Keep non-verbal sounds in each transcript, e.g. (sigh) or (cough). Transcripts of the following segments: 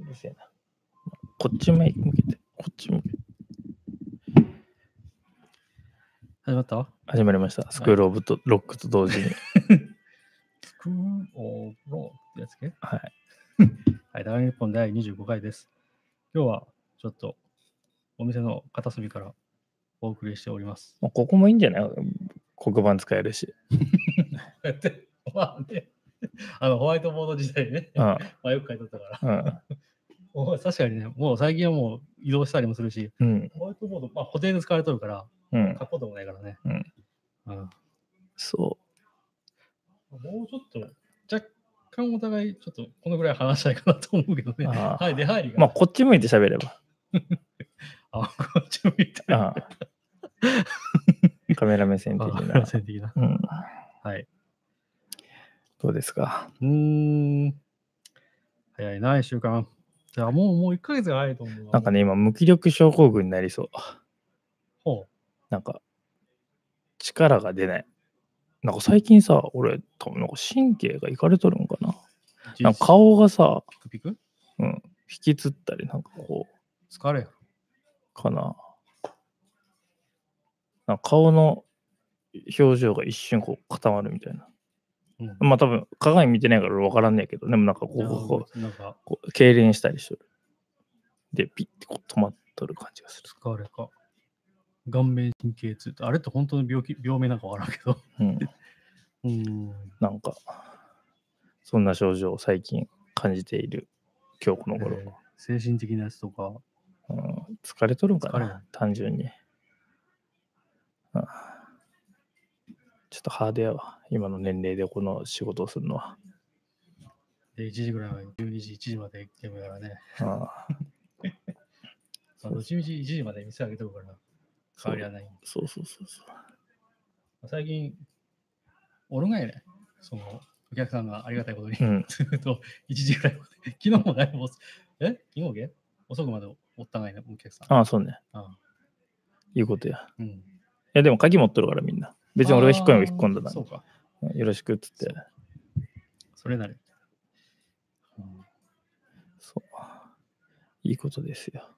うるせえな。こっち向けて、こっち向けて。始まった始まりました。スクールオブと、ロックと同時 (laughs) に。スクールオブローってやつっけはい。はい、ダウン日本第25回です。今日はちょっとお店の片隅からお送りしており (laughs) ます。まあ、ここもいいんじゃない黒板使えるし。まあね、あのホワイトボード時代ね、 (laughs) うまん。あよく書いてあったから。うん。もう確かにね、もう最近はもう移動したりもするし、うん。ホワイトボード、まあ固定で使われとるから、うん。書くこともないからね。うんうんそもうちょっと、若干お互い、ちょっとこのぐらい話したいかなと思うけどね。あーはい、出入りう。まがあ、。こっち向いて喋れば。あ、こっち向いて。うん。カメラ目線的 (laughs) あな。線的な。うん。はい。どうですかうーん。早いな、一週間。じゃあもう、もう一ヶ月が早いと思うわ。なんかね、今、無気力症候群になりそう。ほなんか、力が出ない。なんか最近さ、俺、多分なんか神経がいかれとるんかな。う。なんか顔がさ、ピクピクうん、引きつったり、なんかこ疲れよ。う、かな。なんか顔の表情が一瞬こう固まるみたいな。うん。まあ多分、鏡見てないから分からんねえけど、でもなんかこう、じゃあこうこうなんか、こう痙攣したりしてる。で、ピッてこう止まっとる感じがする。疲れか。顔面神経痛って、あれって本当の病気、病名なんかわからんけど。うん、うーん。なんか、そんな症状を最近感じている今日この頃。えー精神的なやつとか、うん、疲れとるんか疲れなな、単純に。うんちょっとハードやわ、今の年齢でこの仕事をするのは。で1時ぐらいまで、12時、1時までゲームやらね。うんまあ、どっちみち1時まで店開けてるから、変わりはない。そうそうそうそう。最近、おるがいね、その、お客さんがありがたいことに、うん、ずっと1時ぐらいまで、昨日もだいぶ遅、え昨日げ遅くまでおったがいね、お客さん。ああ、そうね。あいいことや。いうん、や、でも鍵持っとるからみんな。別に俺が引っ込んでも引っ込んだあーなそ。うか、うんよろしくっつって。それなり。うんそう。いいことですよ。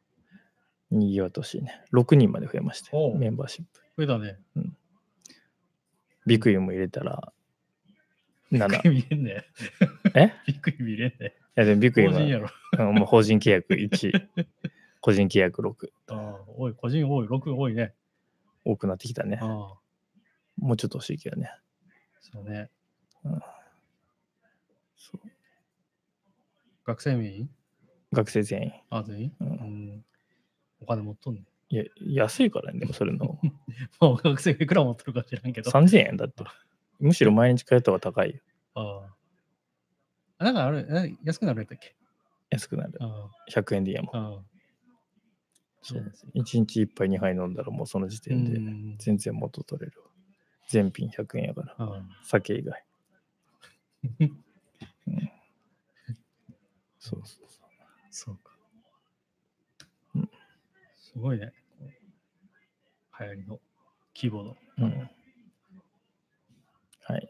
にぎわってほしいね。6人まで増えましてお、うメンバーシップ。増えたね。ビクユも入れたら、びっ7く。り見れんね。え (laughs) びっくり見れんね。いや、でもビクユ個も人やろ。うんもう法人契約1、個人契約6。あー多い、個人多い、6多いね。多くなってきたね。ああ、もうちょっと欲しいけどね。そうね。そう学生名員学生全員。あ、全員、ううんん、お金持っとんね。 (laughs) いや安いからね、でもそれの。まあ、学生がいくら持ってるか知らんけど。あ3000円だって。むしろ毎日通った方が高いよ。ああ。なんかあれ、え安くなるやったっけ安くなる。あ100円でいいやもんあ。。ああ。そうなんですよ。 1日1杯2杯飲んだらもうその時う点でん。全然元取れるわ。全品100円やから。ああ酒以 (laughs) 外。うんそうそうそそうかうん。すごいね。流行りの規模の。う。うんはい。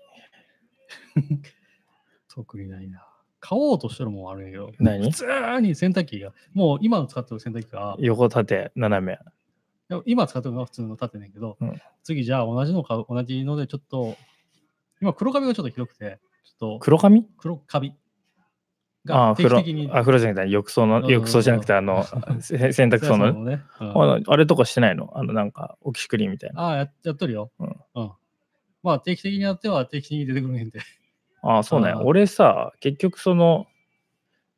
特にないな。買おうとしてるもんあるんやけど。何普通に洗濯機が、もう今の使ってる洗濯機が、横縦斜め。でも今使ってるのが普通の立ってんねんけど、うん次じゃあ同じの買う、同じのでちょっと、今黒髪がちょっと広くて、ちょっと黒髪黒髪あがあ、定風期呂的に、あ、風呂じゃなくて、浴槽うんの、浴槽じゃなくて、うんあの、せ洗濯槽そうやの、そうね。うんあのあれとかしてないのあの、なんか、オキシクリーンみたいな。ああや、やっとるよ。うんうんまあ定期的にやっては定期的に出てくるへんで。ああ、そうなんやあー俺さ、結局その、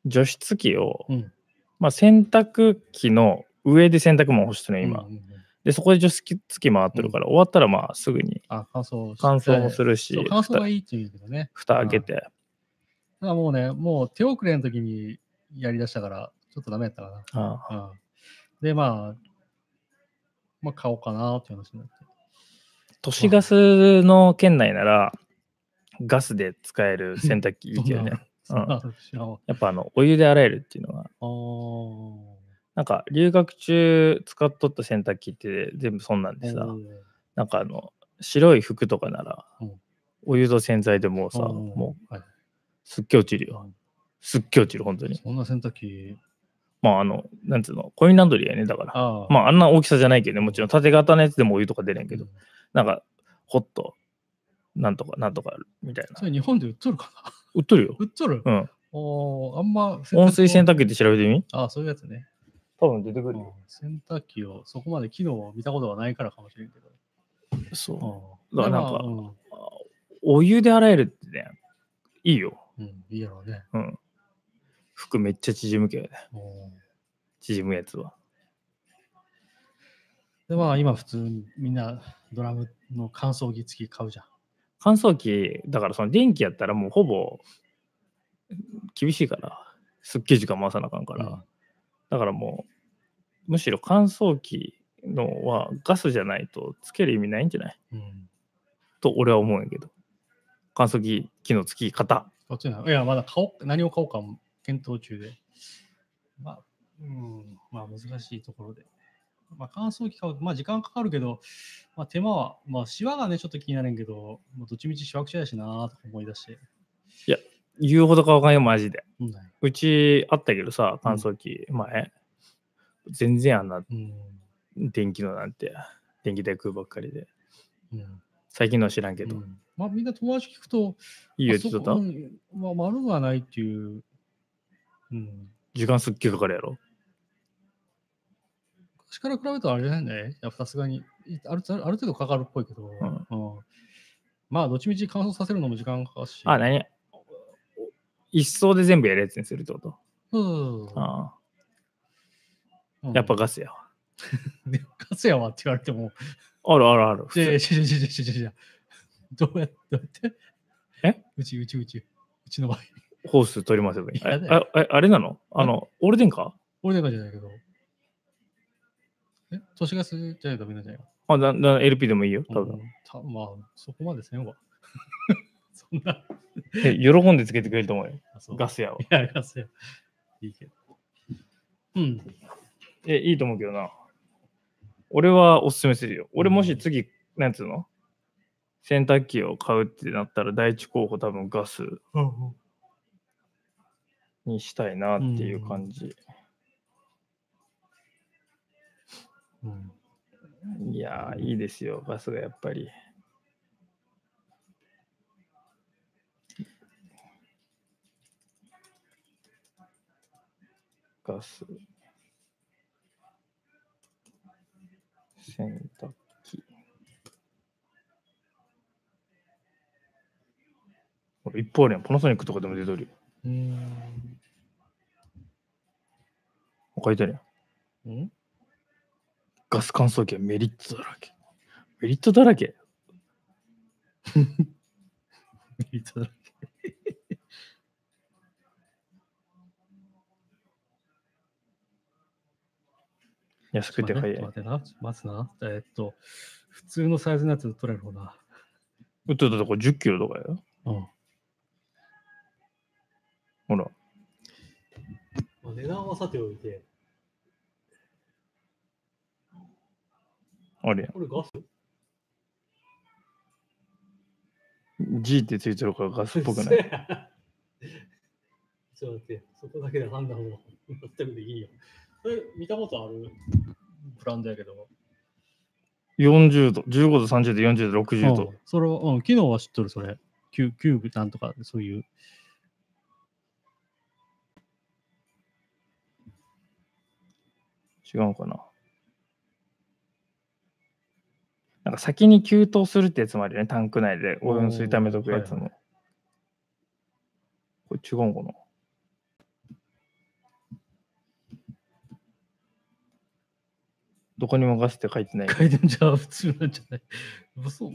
除湿機を、うんまあ、洗濯機の上で洗濯物干してるの、 (laughs) 今。うんうんうんで、そこで除湿機回ってるから、終わったらまあ、すぐにあ、乾燥して乾燥もするそしう、乾燥蓋がいいって言うけどね。蓋開けて。ただもうね、もう手遅れの時にやりだしたから、ちょっとダメやったかな。ああうんで、まあ、まあ、買おうかなっていう話になって。都市ガスの県内なら、ガスで使える洗濯機いいけどね。そんなの (laughs) 知らんわやっぱあの、お湯で洗えるっていうのが、あーなんか留学中使っとった洗濯機って全部そんなんでさ、おーなんかあの白い服とかならうんお湯と洗剤でもうさ、おーもはいうすっげえ落ちるよ。すっげえ落ちる、本当に。そんな洗濯機、まあ、あの、なんつうの、コインランドリーやね、だから。ああ、まあ、あんな大きさじゃないけどね、もちろん縦型のやつでもお湯とか出ないけど、うんなんか、ホット、なんとか、なんとか、みたいそな。れ日本で売っとるかな売っとるよ。売っとるうん。おーあんま洗濯温水洗濯機って調べてみああ、そういうやつね。多分出てくうん。洗濯機をそこまで機能を見たことがないからかもしれんけど。そあう。だからなんうか、んお湯で洗えるってね、いいよ。うん、いいやろうね。うん。服めっちゃ縮むけどね。うん縮むやつは。で、まあ今普通にみんなドラムの乾燥機付き買うじゃん。乾燥機、だからその電気やったらもうほぼ厳しいから、すっげえ時間回さなあかんから、うんだからもう、むしろ乾燥機のはガスじゃないとつける意味ないんじゃないうん。と俺は思うんやけど。乾燥機、機能付き方。こっちない。いや、まだ買おう、何を買おうかも検討中で。まあ、うん、まあ難しいところで。まあ乾燥機買うと、まあ時間かかるけど、まあ手間は、まあシワがね、ちょっと気になるんけど、まあ、どっちみちシワくちゃやしなーとか思い出して。言うほどかわかんよ、マジで。うん。うちあったけどさ、乾燥機前。全然あんなうん。電気のなんて、電気代食うばっかりで。うん最近のは知らんけど、うんまあみんな友達聞くと、いいやつだったあそこうんまあ、丸がないっていう。うん。時間すっげえかかるやろ。昔から比べたらあれじゃないんだね。やっぱさすがにある、あるある程度かかるっぽいけど。うんうんまあ、どっちみち乾燥させるのも時間かかるし。あ、何一層で全部やるやつにするってことそうそうそうそうあうんあやっぱガスやわ。で、ガスやわって言われても、あるあるある。いやいや、普違う違う違う違う違うどうやって、どうやってえうち、うち、うち、うちの場合。通ホース取りますよね。いやだああああれなのあの、オール電化俺なんかじゃないけど。え都市ガスじゃないとダメなんじゃないか。あだだ ?LP でもいいよ、多う分。んたまあ、そこまでせんわ。 (laughs) そんな。え喜んでつけてくれると思うよ。あそうガスやわ。いや、ガスや。いいけど。うん。え、いいと思うけどな。俺はおすすめするよ。俺もし次、なんつうの洗濯機を買うってなったら、第一候補多分ガスにしたいなっていう感じ。うん、いやー、いいですよ、ガスがやっぱり。ガス。洗濯機。これ一方ね、パナソニックとかでも出てるよ。うん。書いてあるよ。うんガス乾燥機はメリットだらけ。メリットだらけいただき安くてまあ買ねえちょっと待ってな。待つな。えーっと、普通のサイズのやつ取れる方な。売ってたとこ10キロとかよ。うん。ほら。まあ、値段はさておいて、あれやこれガスん。G ってついてるからガスっぽくない。 (laughs) ちょっと待って、そこだけで判断を全くできんよ。これ見たことあるブランドやけど。 40度、15度、30度、40度、60う度ん。それを、うん、昨日は知っとる、それ。キュキューブなんとか、そ (laughs) ういう。違うかな。なんか先に給湯するってやつもあるよね。タンク内でお湯の水溜めとくやつも。これ違うんかな。どこにもガスって書い (laughs) てない。回転じゃ普通なんじゃない (laughs) 嘘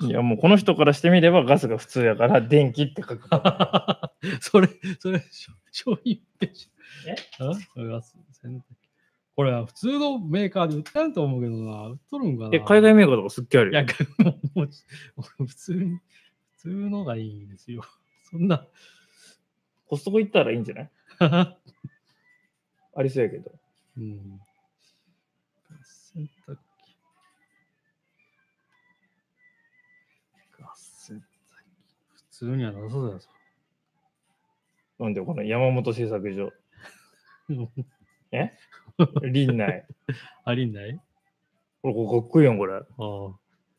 いやもうこの人からしてみればガスが普通やから電気って書く。それ、それ、商商品ページ。えあガス洗濯機これは普通のメーカーで売ってあると思うけどな、売っとるんかな。え、海外メーカーとかすっげえあるいよや、 (laughs) もうもう普通に、普通のがいいんですよ。そんな、 (laughs) コストコ行ったらいいんじゃないありそうやけど。うん。洗濯機。 (laughs) ガス洗濯機。普通にはなさそうだよ。うなんでこの山本製作所、うん林内。ありんないこれ、ここかっこいいよ、これ。ああ。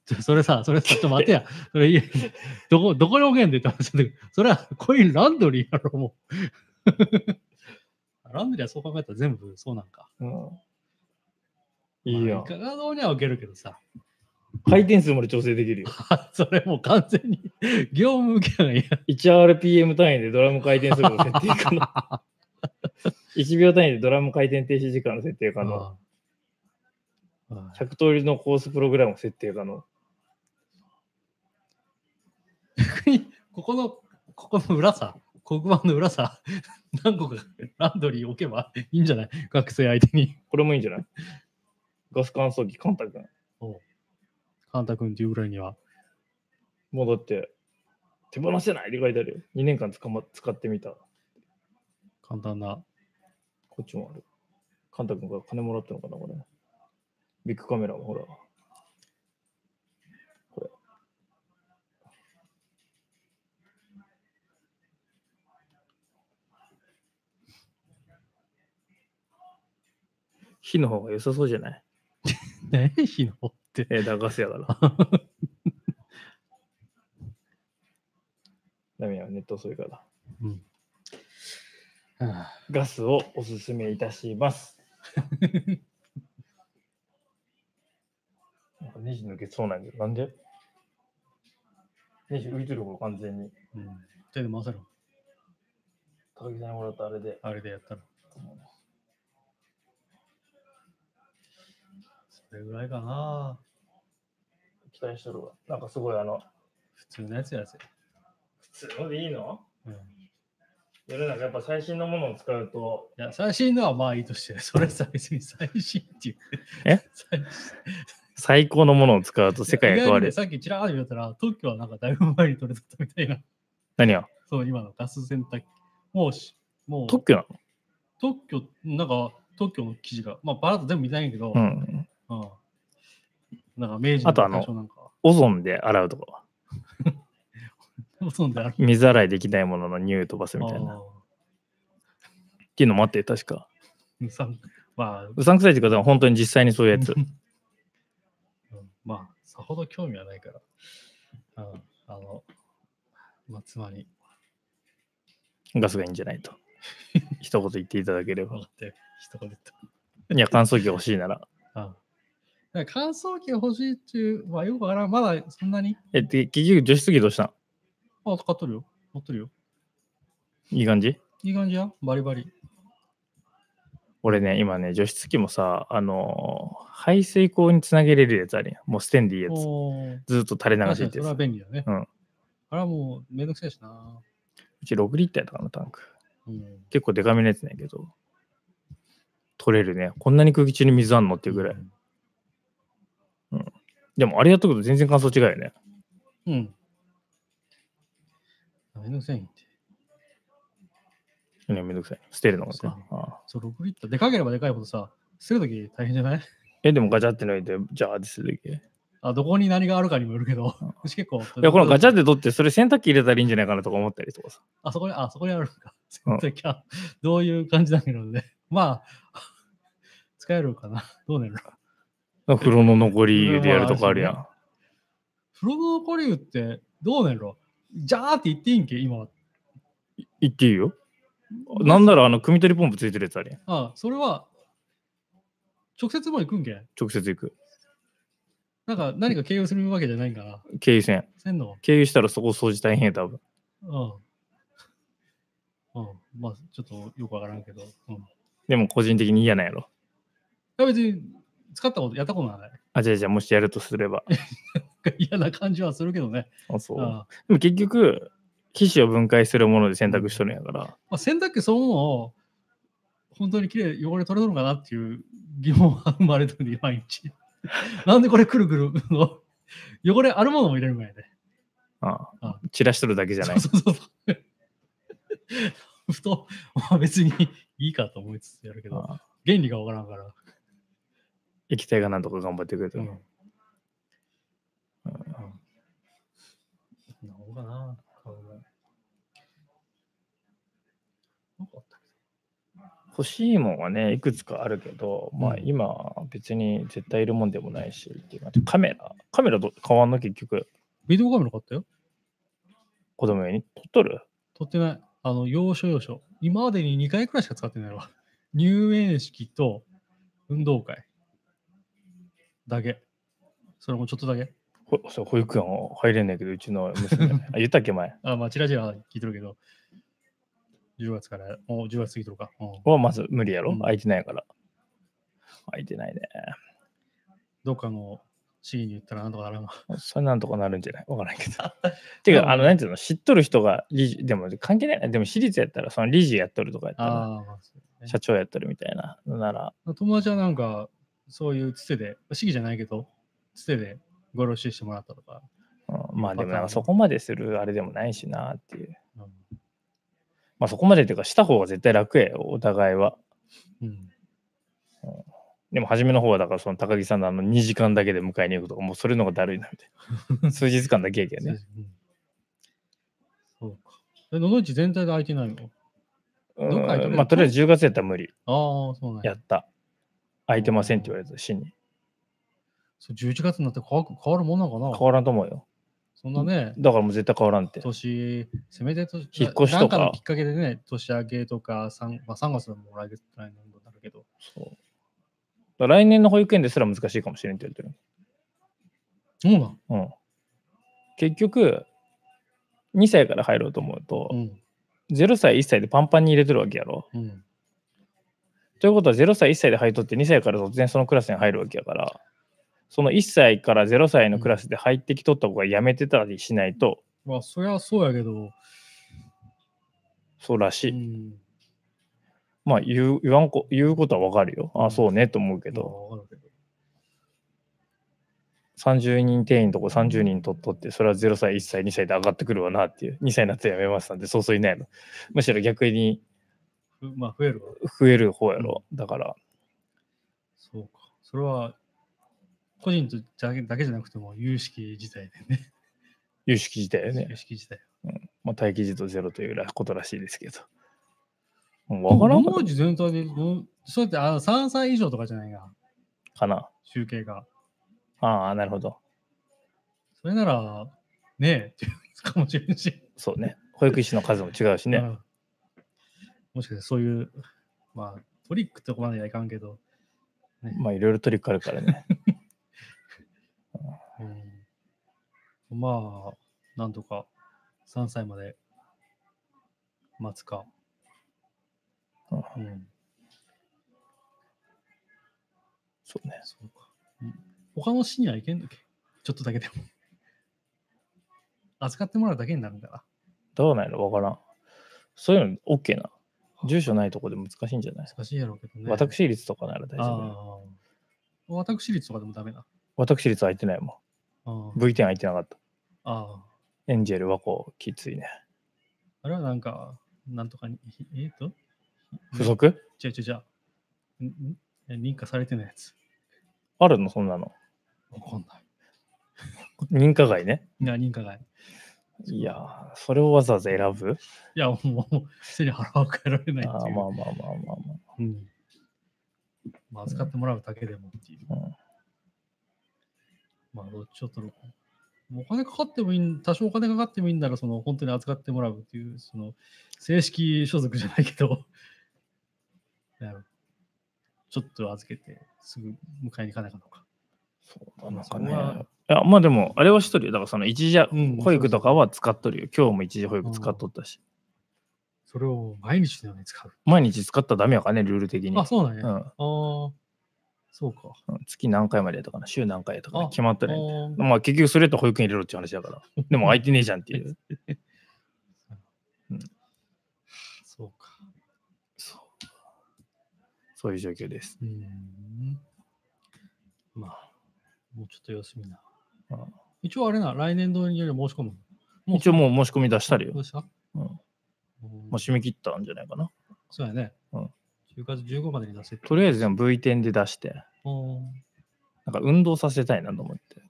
ちょそれさ、それさ、ちょっと待てや。それいい (laughs) どこ、どこに置けんでって話だけど、それはコインランドリーやろ、もう。ランドリーはそう考えたら全部そうなんか。うん、いいまあよい。かがどうには置けるけどさ。 (laughs) 回転数まで調整できるよ。それもう完全に業務受けないや。 1RPM 単位でドラム回転数の設定可能。1秒単位でドラム回転停止時間の設定可能。ああああ100通りのコースプログラム設定可能。ここの、ここの裏さ、黒板の裏さ、何個かランドリー置けばいいんじゃない学生相手に。これもいいんじゃないガス乾燥機、カンタ君。カンタ君っていうぐらいには。もうだって、手放せないって書いてあるよ。2年間使,、ま、使ってみた。簡単な。こっちもある。カンタ君が金もらったのかな、これ。ビッグカメラもほら。これ。火の方が良さそうじゃないねえ、日のって。えー、駄菓子やから。ダメや、ネット遅いから。うん。はあガスをおすすめいたし (laughs) ます。なんかネジ抜けそうなんだよ。なんでネジ浮いてるこ完全に。うん、手で回せろ。高木さんにもらったあれで。あれでやったら。それぐらいかな。期待しとるわ。なんかすごいあの、普通のやつやせ。普通のでいいのうん、い世の中やっぱ最新のものを使うと、や、最新のはまあいいとして、それさ、別に最新っていう。え最最高のものを使うと新意外にねさっきちらーっと見たら、特許はなんかだいぶ前に取れてたみたいな。何やそう、今のガス洗濯機。もうし、もう特許な特許、なんか特許の記事が、まあ、バラッと全部見たいんやけのど、うん。うんなんか明治あとあの大正なんか、オゾンで洗うとか、そうである。水洗いできないものの匂いを飛ばすみたいな。あっーていうのもあって、確か。うんさんまあ、うさんくさいってことは本当に実際にそういうやつ。うんまあ、さほど興味はないから。うん、あの、まあ、妻にガスがいいんじゃないと。一言言っていただければ分。かって、一言言った。いや、乾燥機が欲しいなら。うんだから乾燥機が欲しいっていう、まあ、よくわからん。まだそんなに、え、で結局、除湿機どうしたんあ、買っとるよ。持っとるよ。いい感じいい感じや。バリバリ。俺ね、今ね、除湿機もさ、あのー排水口につなげれるやつあるやん。もうステンでいいやつ。おーずっと垂れ流し確かてにそてれはさ。便利だね。うんあれはもうめんどくさいしな。うち6リッターやったかな、タンク。うん。結構デカめのやつなんやけど。取れるね。こんなに空気中に水あんのっていうぐらい。でも、あれやっとくと全然乾燥違うよね。うん。めんどくさいんで。ねめんどくさい。捨てるのがさ。ああそう、6リットル。でかければでかいほどさ、捨てるとき大変じゃないえ、でもガチャって抜いて、じゃあ、でするだけ。あ、どこに何があるかにもよるけど、うち結構。いいや、このガチャンって取って、それ洗濯機入れたらいいんじゃないかなとか思ったりとかさ。あ、そこに、あ、そこにあるのか。うん洗濯機あどういう感じだけどね。まあ、使えるかな。どうなるの風呂の残りでやるとかあるやん。フロムコリューってどうなるのじゃーって言っていいんけ、今は。言っていいよ。なんなら、あの、汲み取りポンプついてるやつあるやん。あ、それは、直接もう行くんけ。直接行く。なんか何か経由するわけじゃないんかな。経由線。せんの経由したらそこ掃除大変や、多分。うん。うん。まあ、ちょっとよくわからんけど。うん。いでも、個人的に嫌なんやろ。や、別に使ったこと、やったことはない。 (laughs) あ、じゃあじゃあ、もしやるとす (laughs) れば。嫌な感じはするけどね。あ、そう。うんでも結局、皮脂を分解するもので洗濯しとるんやから。まあ、洗濯機そのものを、本当に綺麗汚れ取れとるのかなっていう疑問が生まれてるんで、毎日。 (laughs) なんでこれくるくるの (laughs) 汚れあるものも入れる前で、ね。ああ散らしとるだけじゃない。そうそう (laughs) そう。ふと、まあ、別にいいかと思いつつやるけど、あ原理がわからんから。液体がなんとか頑張ってくれてる。うんなるほどかな。あったけど。欲しいもんはね、いくつかあるけど、まあうん今、別に絶対いるもんでもないし、っていう感じカメラ、カメラど変わんの結局、ビデオカメラ買ったよ。子供用に撮っとる撮ってない。あの、要所要所。今までに2回くらいしか使ってないわ。入園式と運動会だけ。それもちょっとだけ。ほそう保育園入れんねんけど、うちの娘。 (laughs) あ、言ったっけ前。あ、まあ、ちらちら聞いてるけど、10月から、もう10月過ぎとるか。うんはまず無理やうろん空いてないから。空いてないね。どっかの市議に言ったらなんとかならんわ。それなんとかなるんじゃないわからんけど。ていうか、あの、なんていうの、知っとる人が理事、でも関係ない。でも私立やったら、その理事やっとるとかやったら、ああ、まあそうね社長やっとるみたいなのなら、友達はなんか、そういうつてで、市議じゃないけど、つてでご了承してもらったとか。うん、まあでもなんパターンかそこまでするあれでもないしなっていう。うんまあそこまでっていうか、した方が絶対楽やよ、お互いは。うん。でも初めの方はだからその高木さんのあの2時間だけで迎えに行くとか、もうそれの方がだるいなみ (laughs) たいな。数日間だけやけどね。うんそうか。え、野々市全体で空いてないのうどっか空いてるんまあとりあえず10月やったら無理。ああ、そうなんややっ。た。空いてませんって言われた、死に。そう11月になって変わ変わるもんなんか変なわらんと思うよ。そんなね、だからもう絶対変わらんって。年、せめて年引っ越しとかなんかのきっかけでね、年明けとか、三まあ、3月でも来月、来年度になるけど、そうだから来年の保育園ですら難しいかもしれんって言われてる。そうなん。うん、結局、2歳から入ろうと思うと、うん。 0歳、1歳でパンパンに入れてるわけやろ。うん。ということは、0歳、1歳で入っとって、2歳から突然そのクラスに入るわけやから、その1歳から0歳のクラスで入ってきとった子が辞めてたりしないと、まあ、そりゃそうやけど、そうらしうい。ん。まあ言う言わんこ、言うことはわかるよ。うあんそうねと思うけけど、ど、わかるけど。 30人定員のとこ30人取っとって、それは0歳、1歳、2歳で上がってくるわなっていう、2歳になって辞めましたんで、そうそういないの。むしろ逆にふまあ、増えるわ。増える方やろ。だから、そうか。それは、個人とだけだけじゃなくても、有識自体でね。有識自体よね。有識自体。まあ、待機児童ゼロというらことらしいですけど。もうわからんでも農地全体で、のそうやってあの3歳以上とかじゃないが、かな。集計が。ああ、なるほど。それなら、ねえ、っていうかもしれんし。そうね。保育士の数も違うしうね。んもしかしてそういう、まあ、トリックとこまではいかんけど、まあ、いろいろトリックあるからね。うん、まあ、なんとか3歳まで待つか。うんうん、そうね。そうか。うん他の市には行けんだっけちょっとだけでも。扱ってもらうだけになるんだな。どうなんやろわからん。そういうの OK な。住所ないとこで難しいんじゃない難しいやろうけどね。私立とかなら大丈夫。ああ。私立とかでもダメだ。私立空いてないもあん。ー V 点空いてなかった。あー。エンジェルはこう、きついね。あれはなんか、なんとかに、ひえっ、と、付属違う違う違う。んん認可されてないやつ。あるのそんなの。わかんない。認可外ね。いや、認可外。いやー、それをわざわざ選ぶいや、もう、もう、背に腹を変えられないあっーていう。まあまあまあまあまあ。うん。まあ、扱ってもらうだけでもっていう。うんまあ、どっちを取るか。もうお金かかってもいいん、多少お金かかってもいいんなら、その、本当に扱ってもらうっていう、その、正式所属じゃないけど、 (laughs) なんやろちょっと預けて、すぐ迎えに行かないかとか。そうだ、なんかそこはね。いや、まあでも、あれはしとるよ。だからその一時うん保育とかは使っとるよ。今日も一時保育使っとったし。それを毎日のように使う。毎日使ったらダメやからね、ルール的に。あ、そうなんや。うあんあ、そうか。うん月何回までやったかな、週何回やったかな、あ決まっあとるやん。ーまあ結局それやったら保育園入れろっていう話だ (laughs) から。でも空いてねえじゃんっていう。そうか。そうそういう状況です。うーん。まあ、もうちょっと様子見なうん。一応あれな、来年度により申し込む。もう一応もう申し込み出したるどよ。うしたうんももう締め切ったんじゃないかな。そうやね。うん10月15までに出せって。とりあえずでも V 点で出して、うんなんか運動させたいなと思って。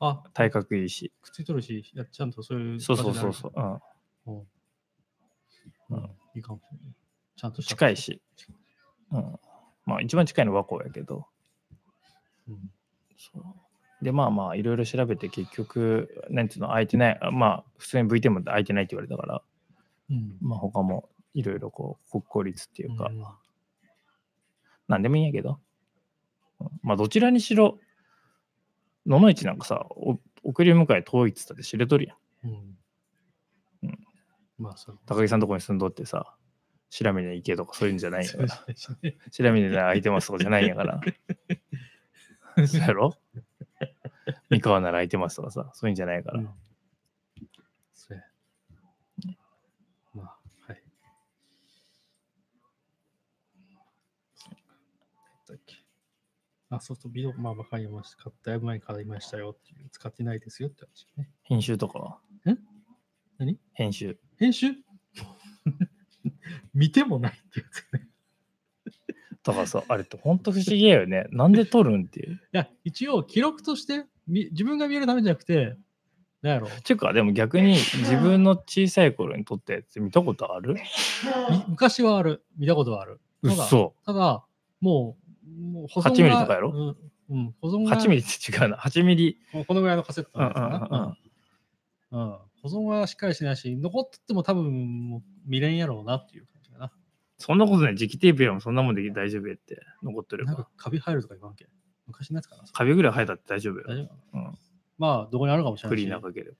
あ、体格いいし。くっついとるし、やっちゃんとそういう。そうそうそうそう。うんう。うん。いいかもしれない。ちゃんとした近い。し。うん。まあ、一番近いのは和光やけど。うんそうで、まあまあ、いろいろ調べて、結局、なんていうの、空いてない、あまあ、普通に VT も空いてないって言われたから、うん。まあ、他もいろいろこう、国公立っていうか、うんなんでもいいんやけど。うんまあ、どちらにしろ、野々市なんかさ、お送り迎え遠いっつったって知れとるやん。うんうんまあ、そう。高木さんとこに住んどってさ、調べに行けとかそういうんじゃないんやそかうら。ですね。調べに (laughs) 空いてますとかじゃないんやから。 (laughs) そうや (laughs) ろ三河なら空いてますとかさ、そういうんじゃないから。うんそうやまあ、はい。そうかなんだっけあ、そうそう、ビデオ、まあ、わかりました。買った前に買いましたよっていう。使ってないですよって話ね。編集とかはん何編集。編集 (laughs) 見てもないってやつね。とかさ、あれってほんと不思議やよね。なんで撮るんっていう。いや、一応、記録として、み自分が見えるためじゃなくて、なんやろていうか、でも逆に自分の小さい頃に撮ったやつ見たことあるみ昔はある。見たことはある。ただ嘘。ただ、もう、もう保8ミリとかやろうん、うん、保存が8ミリって違うな。8ミリ。もうこのぐらいのカセットうんうのやつかんうんうんな。うんうん保存はしっかりしてないし、残ってても多分もう見れんやろうなっていう感じかな。そんなことない。磁気テープやもんそんなもんで大丈夫やって。残ってれなんばか。カビ入るとか言わんけ。昔のやつかな。カビぐらい生えたって大丈夫大よ。丈夫かなうんまあ、どこにあるかもしれなクいリーし。ナーかけれ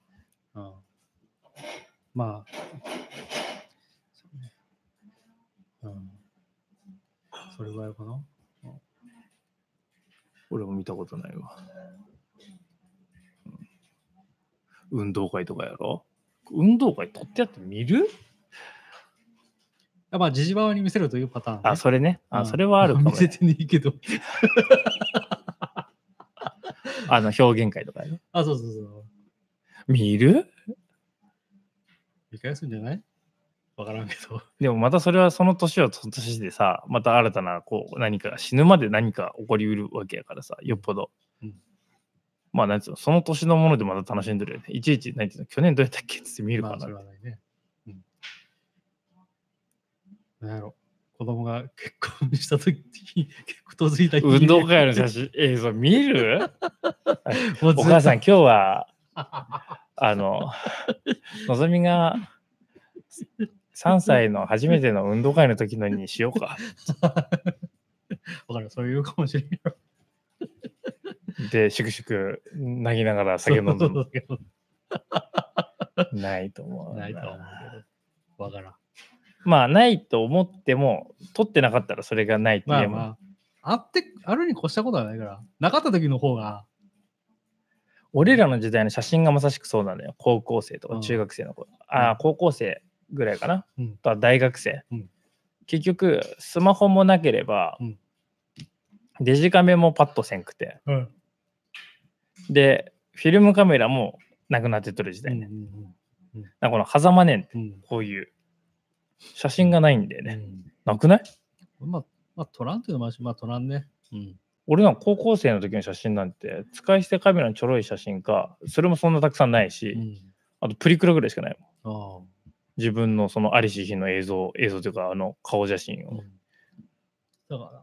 ば。うん、まあ、そうねうん。それぐらいかな。俺も見たことないわ。うん運動会とかやろ運動会撮ってやって見るやっぱ、ジジバワに見せるというパターンね、あ、それね。あ、うんそれはあるかも、見ね。せてねえけど。あの、表現会とかやろあ、そうそうそう。見る見返すんじゃないわからんけど。でもまたそれはその年はその年でさ、また新たなこう何かが死ぬまで何か起こりうるわけやからさ、よっぽど。うんまあなんつうの、その年のものでまた楽しんでるよね。いちいち、なんていうの、去年どうやったっけっつって見るかまあ、らそれ (laughs) な。はないね。うん。なんやろ。子供が結婚したときに、 (laughs) 結構とついた日に運動会の写真、映像見るもうずおっと母さん、今日 (laughs) はあの、のぞみが3歳の初めての運動会の時のにしようか。わからん、そういうかもしれんよ。で、しくしく投げながら酒飲んでもそうそうそないと思うう。ないとは思うけど。わからん。まあ、ないと思っても、取ってなかったらそれがないってま言えあば、まあ、あって、あるに越したことはないから、なかった時の方が、俺らの時代の写真がまさしくそうなのよ。高校生とうかん中学生の頃。んああ、高校生ぐらいかな。うんとは大学生。うん結局、スマホもなければ、うんデジカメもパッとせんくて。うん。で、フィルムカメラもなくなってとる時うん代ね。うだんからこの狭間ねんって、うん。こういう写真がないんだようね。んなくないまあ、まあ、取らんというのもあるし、まあ、取らんね。うん。俺なんか高校生の時の写真なんて、使い捨てカメラのちょろい写真か、それもそんなたくさんないし、うん。あとプリクラぐらいしかないもん。ああ。自分のそのありし日の映像、映像というか、あの顔写真を。うまんだから、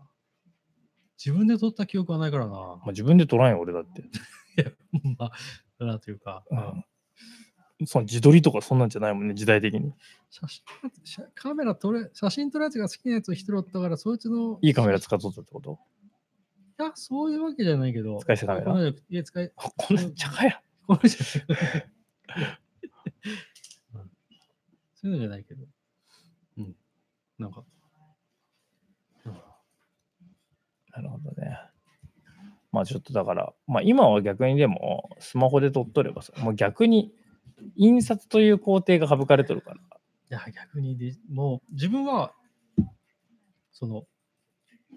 自分で撮った記憶はないからな。 (laughs) あ、ま自分で撮らんよ、俺だって。あ、だなというか、うんその自撮りとかそんなんじゃないもんね、時代的に。写真写カメラ撮れ、写真撮るやつが好きなやつを拾ったから、そいつの、いいカメラ使っとったってこといや、そういうわけじゃないけど、使い捨てカメラこのいや、使い、 (laughs) あこんなんちゃかや。このじゃない (laughs) うんそういうのじゃないけど、うん。なんか、なるほどね。まあちょっとだから、まあ今は逆にでもスマホで撮っとればさ、もう逆に印刷という工程が省かれとるから。いや、逆にで、もう自分は、その、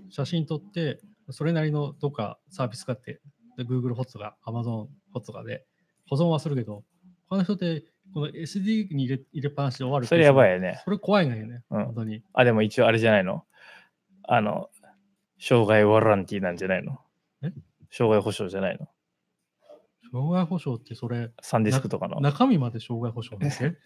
写真撮って、それなりのどっかサービス使って、で Google ホットとか Amazon ホットとかで保存はするけど、他の人って、この SD に入れ入れっぱなしで終わる。それやばいい。よね。それ怖いんだよね、うん本当に。あ、でも一応あれじゃないの。あの、障害ワランティーなんじゃないのえ障害保障じゃないの。障害保障ってそれ、サンディスクとかの。中身まで障害保障 (laughs) なんで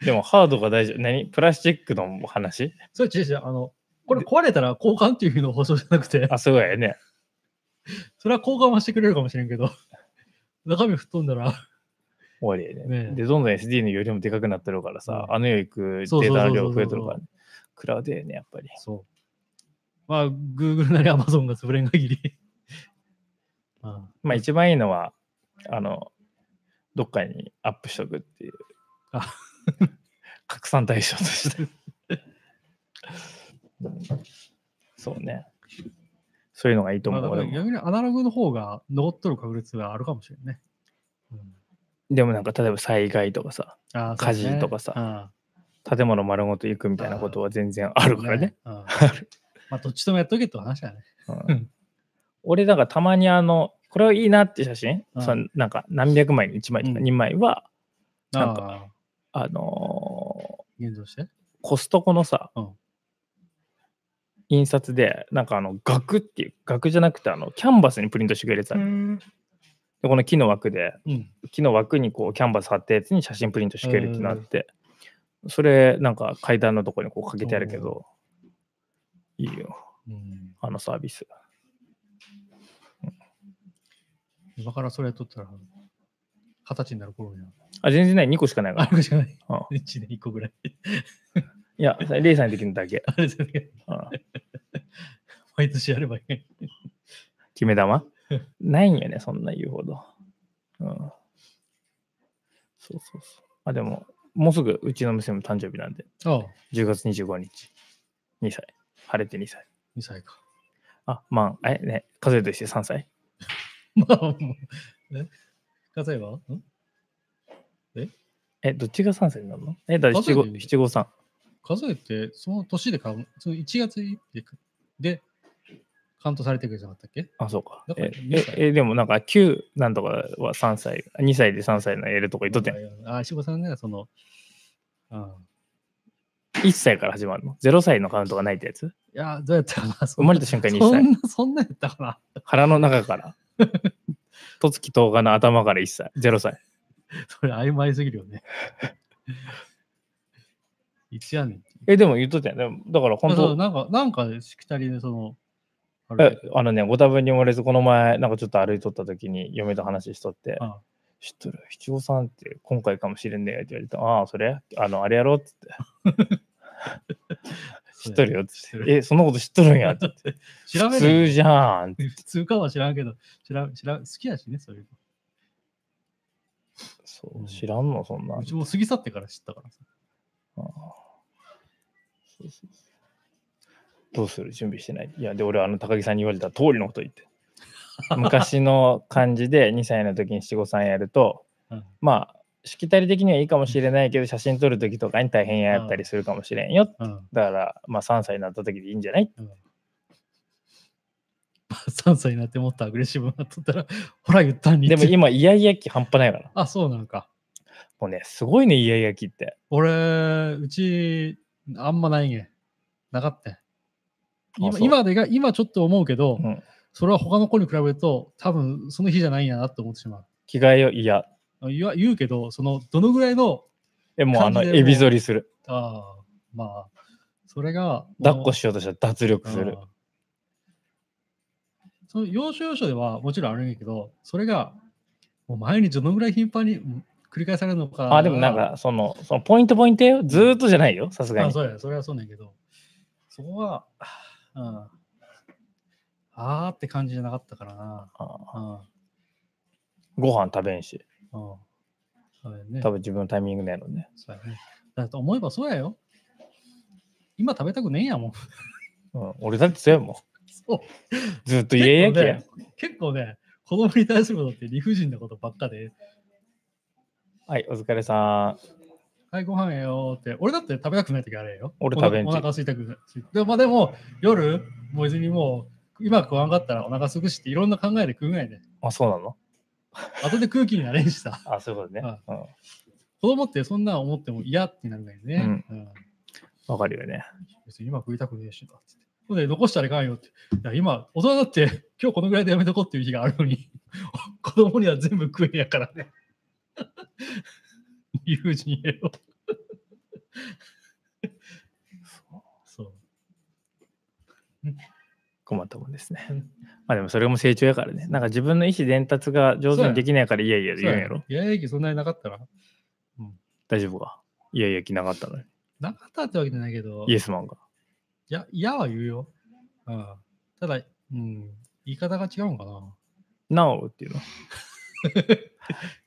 でもハードが大事。何プラスチックの話それ違う違う、あの、これ壊れたら交換っていう風の保障じゃなくて、あ、そうやね。それは交換はしてくれるかもしれんけど、中身吹っ飛んだら、終わりやね。ねえで、どんどん SD の容量もでかくなってるからさ、うんあの世行くデそうそうそうそうータの量増えてるからね。クラウドやね、やっぱり。そう。まあ、Google なり Amazon が潰れん限り。 (laughs) ままあ一番いいのは、あの、どっかにアップしとくっていうあ。拡散対象として。 (laughs) そうね。そういうのがいいとあ、ま思あう。だから俺も逆にアナログの方が残っとる確率があるかもしれんね。うんでもなんか、例えば災害とかさ、あー火事とかさ建物丸ごと行くみたいなことは全然あそうでするねうんからね。うんまあ、どっちともやっとけって話だね。うんうん俺、だからたまにあの、これはいいなって写真、うんそのなんか何百枚に1枚とかうん2枚は、なんかか、あの現像して。ーコストコのさ、うん印刷で、なんかあの、額っていう、額じゃなくて、あの、キャンバスにプリントしてくれてたの、でこの木の枠で、うん。木の枠にこう、キャンバス貼ったやつに写真プリントしてくれるってなって、それ、なんか階段のとこにこうかけてあるけど、いいよ、うんあのサービス。今からそれやっとったら、二十歳になる頃には。あ、全然ない、2個しかないかあら。るじゃない。うん一年一個ぐらい。 (laughs) いや、それレイさんの時のだけ。あれだけ。うん毎年やればいい。決 (laughs) め玉ないんよね、そんな言うほど。うん。そうそうそう。あ、でも、もうすぐうちの娘も誕生日なんで、ああ、 10月25日、2歳。晴れて2歳。 2歳か。 (laughs) あ、まあ、え、ね、数えとして3歳。まあ、もう。ね例えば、んえ、どっちが3歳になるのえ、だから数七えて五みる七五三。数えて、その年で買う、その1月でで、カウントされてくるじゃなかったっけあ、そうかだ。からえ二歳、ええでもなんか9なんとかは3歳、2歳で3歳の L とか言っとってん、あ、石破さんね、その、うん。 1歳から始まるの ?0 歳のカウントがないってやついや、どうやったかな。そ (laughs) 生んまれなた瞬間に1そ歳ん。な、そんなやったかな。 (laughs) 腹の中から。とつきとうがの頭から1歳、0歳。それ曖昧すぎるよね。 (laughs) 一やねん。え、でも言っとったやん。でもだから本そ当、うなんか、なんか、しきたりで、その、あえれ、あのね、ご多分に漏れず、この前、なんかちょっと歩いとった時に嫁と話しとって、ああ知っとる、七五三って今回かもしれんねえって言われて、ああ、それあの、あれやろうっつって、知っとるよっつ知っっとて、るえ、そんなこと知っとるんやって。調べ普る。通じゃん。 (laughs) 普通かは知らんけど、知らん、知らん、好きやしね、そういうそうう、ん知らんの、そんなの。う。ちも過ぎ去ってから知ったからさ。ああそうそうそうどうする準備してない。いや、で、俺はあの高木さんに言われた通りのこと言って。 (laughs) 昔の感じで2歳の時に七五三やると、うんまあ、しきたり的にはいいかもしれないけど、写真撮る時とかに大変やったりするかもしれんよ。うん。だから、まあ3歳になった時でいいんじゃない3歳になってもっとアグレッシブになっとったら、 (laughs) ほら言ったんに。でも、今、イヤイヤ期半端ないから。あ、そうなんか。もうね、すごいね、イヤイヤ期って。俺、うち、あんまないげ。なかった。今そう今でが、今ちょっと思うけど、うんそれは他の子に比べると、多分その日じゃないんやなって思ってしま着替えよ、いや。う。言わ言うけど、その、どのぐらいの、え、もうあの、感じでもうエビ反りする。ああまあ、それが、抱っこしようとしたら脱力するあ。あその要所要所ではもちろんあるんやけど、それがもう毎日どのぐらい頻繁にうん繰り返されるのか。あ、でもなんか、その、そのポイントポイントよ。ずーっとじゃないよ、さすがあに。そうや、それはそうなんやけど、そこは、うん、あーって感じじゃなかったからな。あうんご飯食べんし、うんそうやね。多分自分のタイミングなのね。そうやね。だと思えばそうやよ。今食べたくねえんやもん。 (laughs) うん、俺だってそうやもん。そうずーっと家やけや結。構ね結構ね、子供に対することって理不尽なことばっかで、はい、お疲れさん。はい、ご飯ええよって。俺だって食べたくない時あれよ。俺お腹食べんちお腹空いたくない。でも、まあ、でも夜、もう別にもう、今食わんかったらお腹すくしっていろんな考えで食うんやね。あ、そうなの後で空気になれんしさ。あ、そういうことね。あうん。子供ってそんなん思っても嫌ってなるんだよね。うんわかるよね。別に今食いたくねえしなっつって。ほんで、残したらいかんよって。いや今、大人だって今日このぐらいでやめとこうっていう日があるのに。 (laughs) 子供には全部食えんやからね。 (laughs) 理不尽やろ。そう。困ったもんですね。まあでもそれも成長やからね。なんか自分の意思伝達が上手にできないからいやいやそう言うんやろ。いやいや、そんなになかったら。大丈夫か。いやいや来なかったのに。なかったってわけじゃないけど、イエいスマンが。や、いやは言うよ。うん、ただ、うん、言い方が違うのかな。なおっていうの。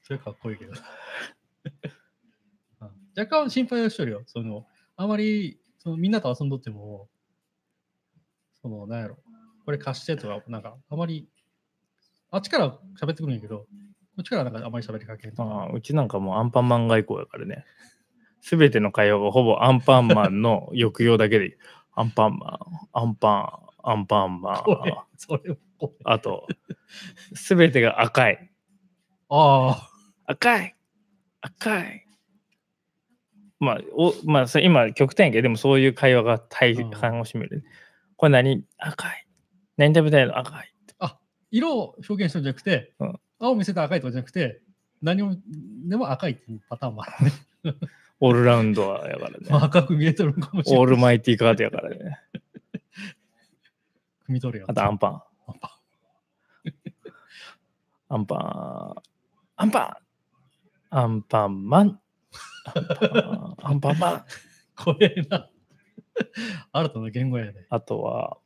それかっこいいけど。 (laughs) うん若干心配はしてるよ。その、あまり、そのみんなと遊んどっても、その、なんやろ、これ貸してとか、なんか、あまり、あっちから喋ってくるんやけど、こっちからなんかあまり喋りかけんとかまあうちなんかもうアンパンマン外交やからね。すべての会話がほぼアンパンマンの抑揚だけで、 (laughs) アンパンマン、アンパン、アンパンマン。これ、 (laughs) それもこれ。あと、すべてが赤い。あ赤い赤いまあ、おまあ、それ今、極端やけど、でもそういう会話が大うん半を占める、これ何赤い。何食べたいの赤い。あ、あ、色を表現してるんじゃなくて、うん青見せた赤いとかじゃなくて、何をでも赤いっていうパターンもあ (laughs) るね。オールラウンドやから (laughs) まあね。赤く見えとるのかもしれオなーい。ルマイティーカードやからね。組み取るよ。あとアンパン。アアンンパンパン。アンパンアンパンマン。アンパンマン。怖えな。 (laughs) 新たな言語やね。あとは、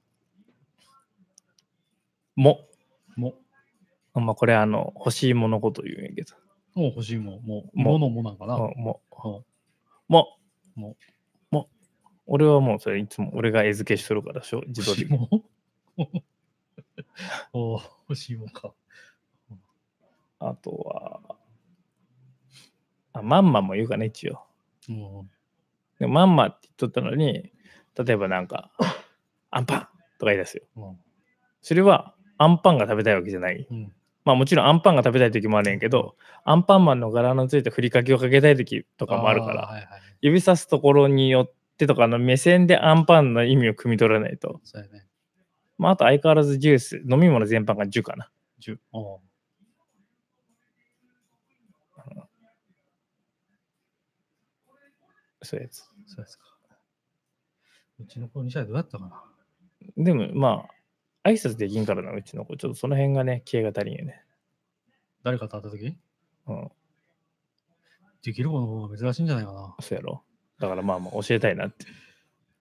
も。も、まあ、これあの、欲しいものこと言うんやけど。もう欲しいもん、もう、もものもなんかな。もももももも俺はもうそれいつも俺が餌付けしとるからしょう自動欲しい的もに (laughs) ん。おー欲しいもんか。あとはあまんまも言うかね一応もでもまんまって言っとったのに例えばなんかアンパンとか言い出すよう、も、それはアンパンが食べたいわけじゃないううん。まあもちろんアンパンが食べたい時もあるんやけどアンパンマンの柄のついたふりかけをかけたい時ととかもあるからはいはい。指さすところによってとかの目線でアンパンの意味を汲み取らないとそうやね。まあ、あと相変わらずジュース、飲み物全般が10かな。十。おうそういうやつ。そうですか。うちの子にしたらどうやったかな。でも、まあ、挨拶できんからな、うちの子。ちょっとその辺がね、気合が足りんよね。誰かと会った時うん、できる子の方が珍しいんじゃないかな。そうやろ。だからまあまあ、教えたいなって。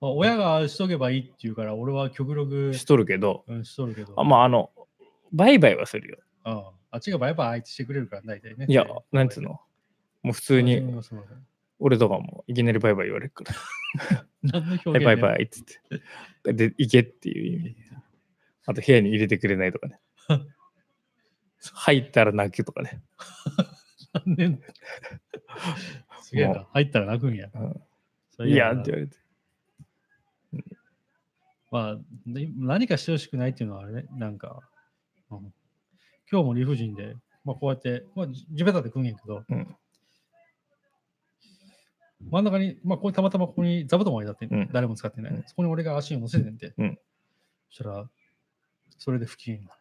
まあ、親がしとけばいいって言うから、俺は極力しとるけど、うんしとるけど。あまあ、あの、バイバイはするよ。うんあっちがバイバイってしてくれるから、大体ね。いや、なんつうの。もう普通あ自分に、がそう俺とかもいきなりバイバイ言われるから、何の表は現い、バイイ。バイっつって。で、行けっていう意味。あと、部屋に入れてくれないとかね。入ったら泣きとかね。残念すげえもな。入ったら泣くんや。うんそいれや嫌だっなて言われて。まあ、で何かしてほしくないっていうのはあれね、なんか、うん今日も理不尽で、まあこうやって、まあじ地べたで食うんやけど、うん真ん中に、まあこれたまたまここに座布団が置いてあって、うん誰も使ってない、うんそこに俺が足を乗せてんで、うんそしたら、それで不機嫌になる。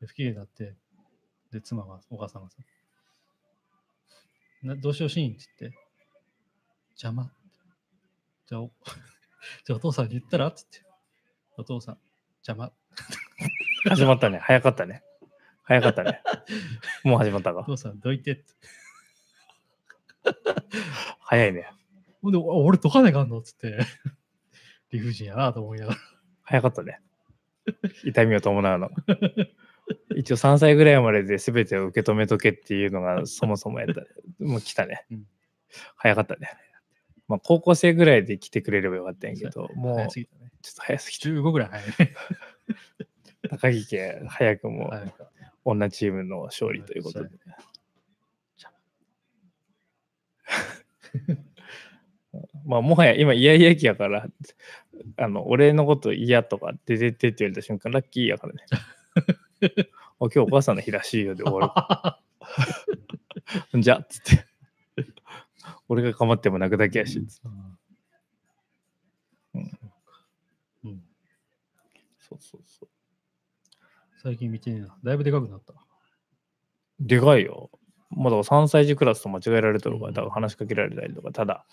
で不機嫌になって、で、妻が、お母さんがさ、などうしようしんって言って、邪魔。じゃあ、おじゃあお父さんに言ったらって言って、お父さん、邪魔。始まったね。早かったね。早かったね。もう始まったお (laughs) か。父さん、どいてって。早いね。ほんで、お俺、どかないかんのっつって、 (laughs) 理不尽やなと思いながら。早かったね。痛みを伴うの。一応3歳ぐらいまでで全てを受け止めとけっていうのがそもそもやった。もう来たねうん。早かったね。まあ、高校生ぐらいで来てくれればよかったんやけど、もう早すちょぎたね。っと早すぎて、 15ぐらい早いね。高木家早くも早く女チームの勝利ということで。 (laughs) まあ、もはや今、イヤイヤ期やから、あの、俺のこと嫌とか、出てってって言われた瞬間、ラッキーや (laughs) からね。あ今日お母さんの日らしいよで終わる。 (laughs) じゃっつって。俺が構っても泣くだけやし。つってうん。うん。そうそうそう。最近見てねえな。だいぶでかくなった。でかいよ。まだ3歳児クラスと間違えられたとか、だから話しかけられたりとか、ただ、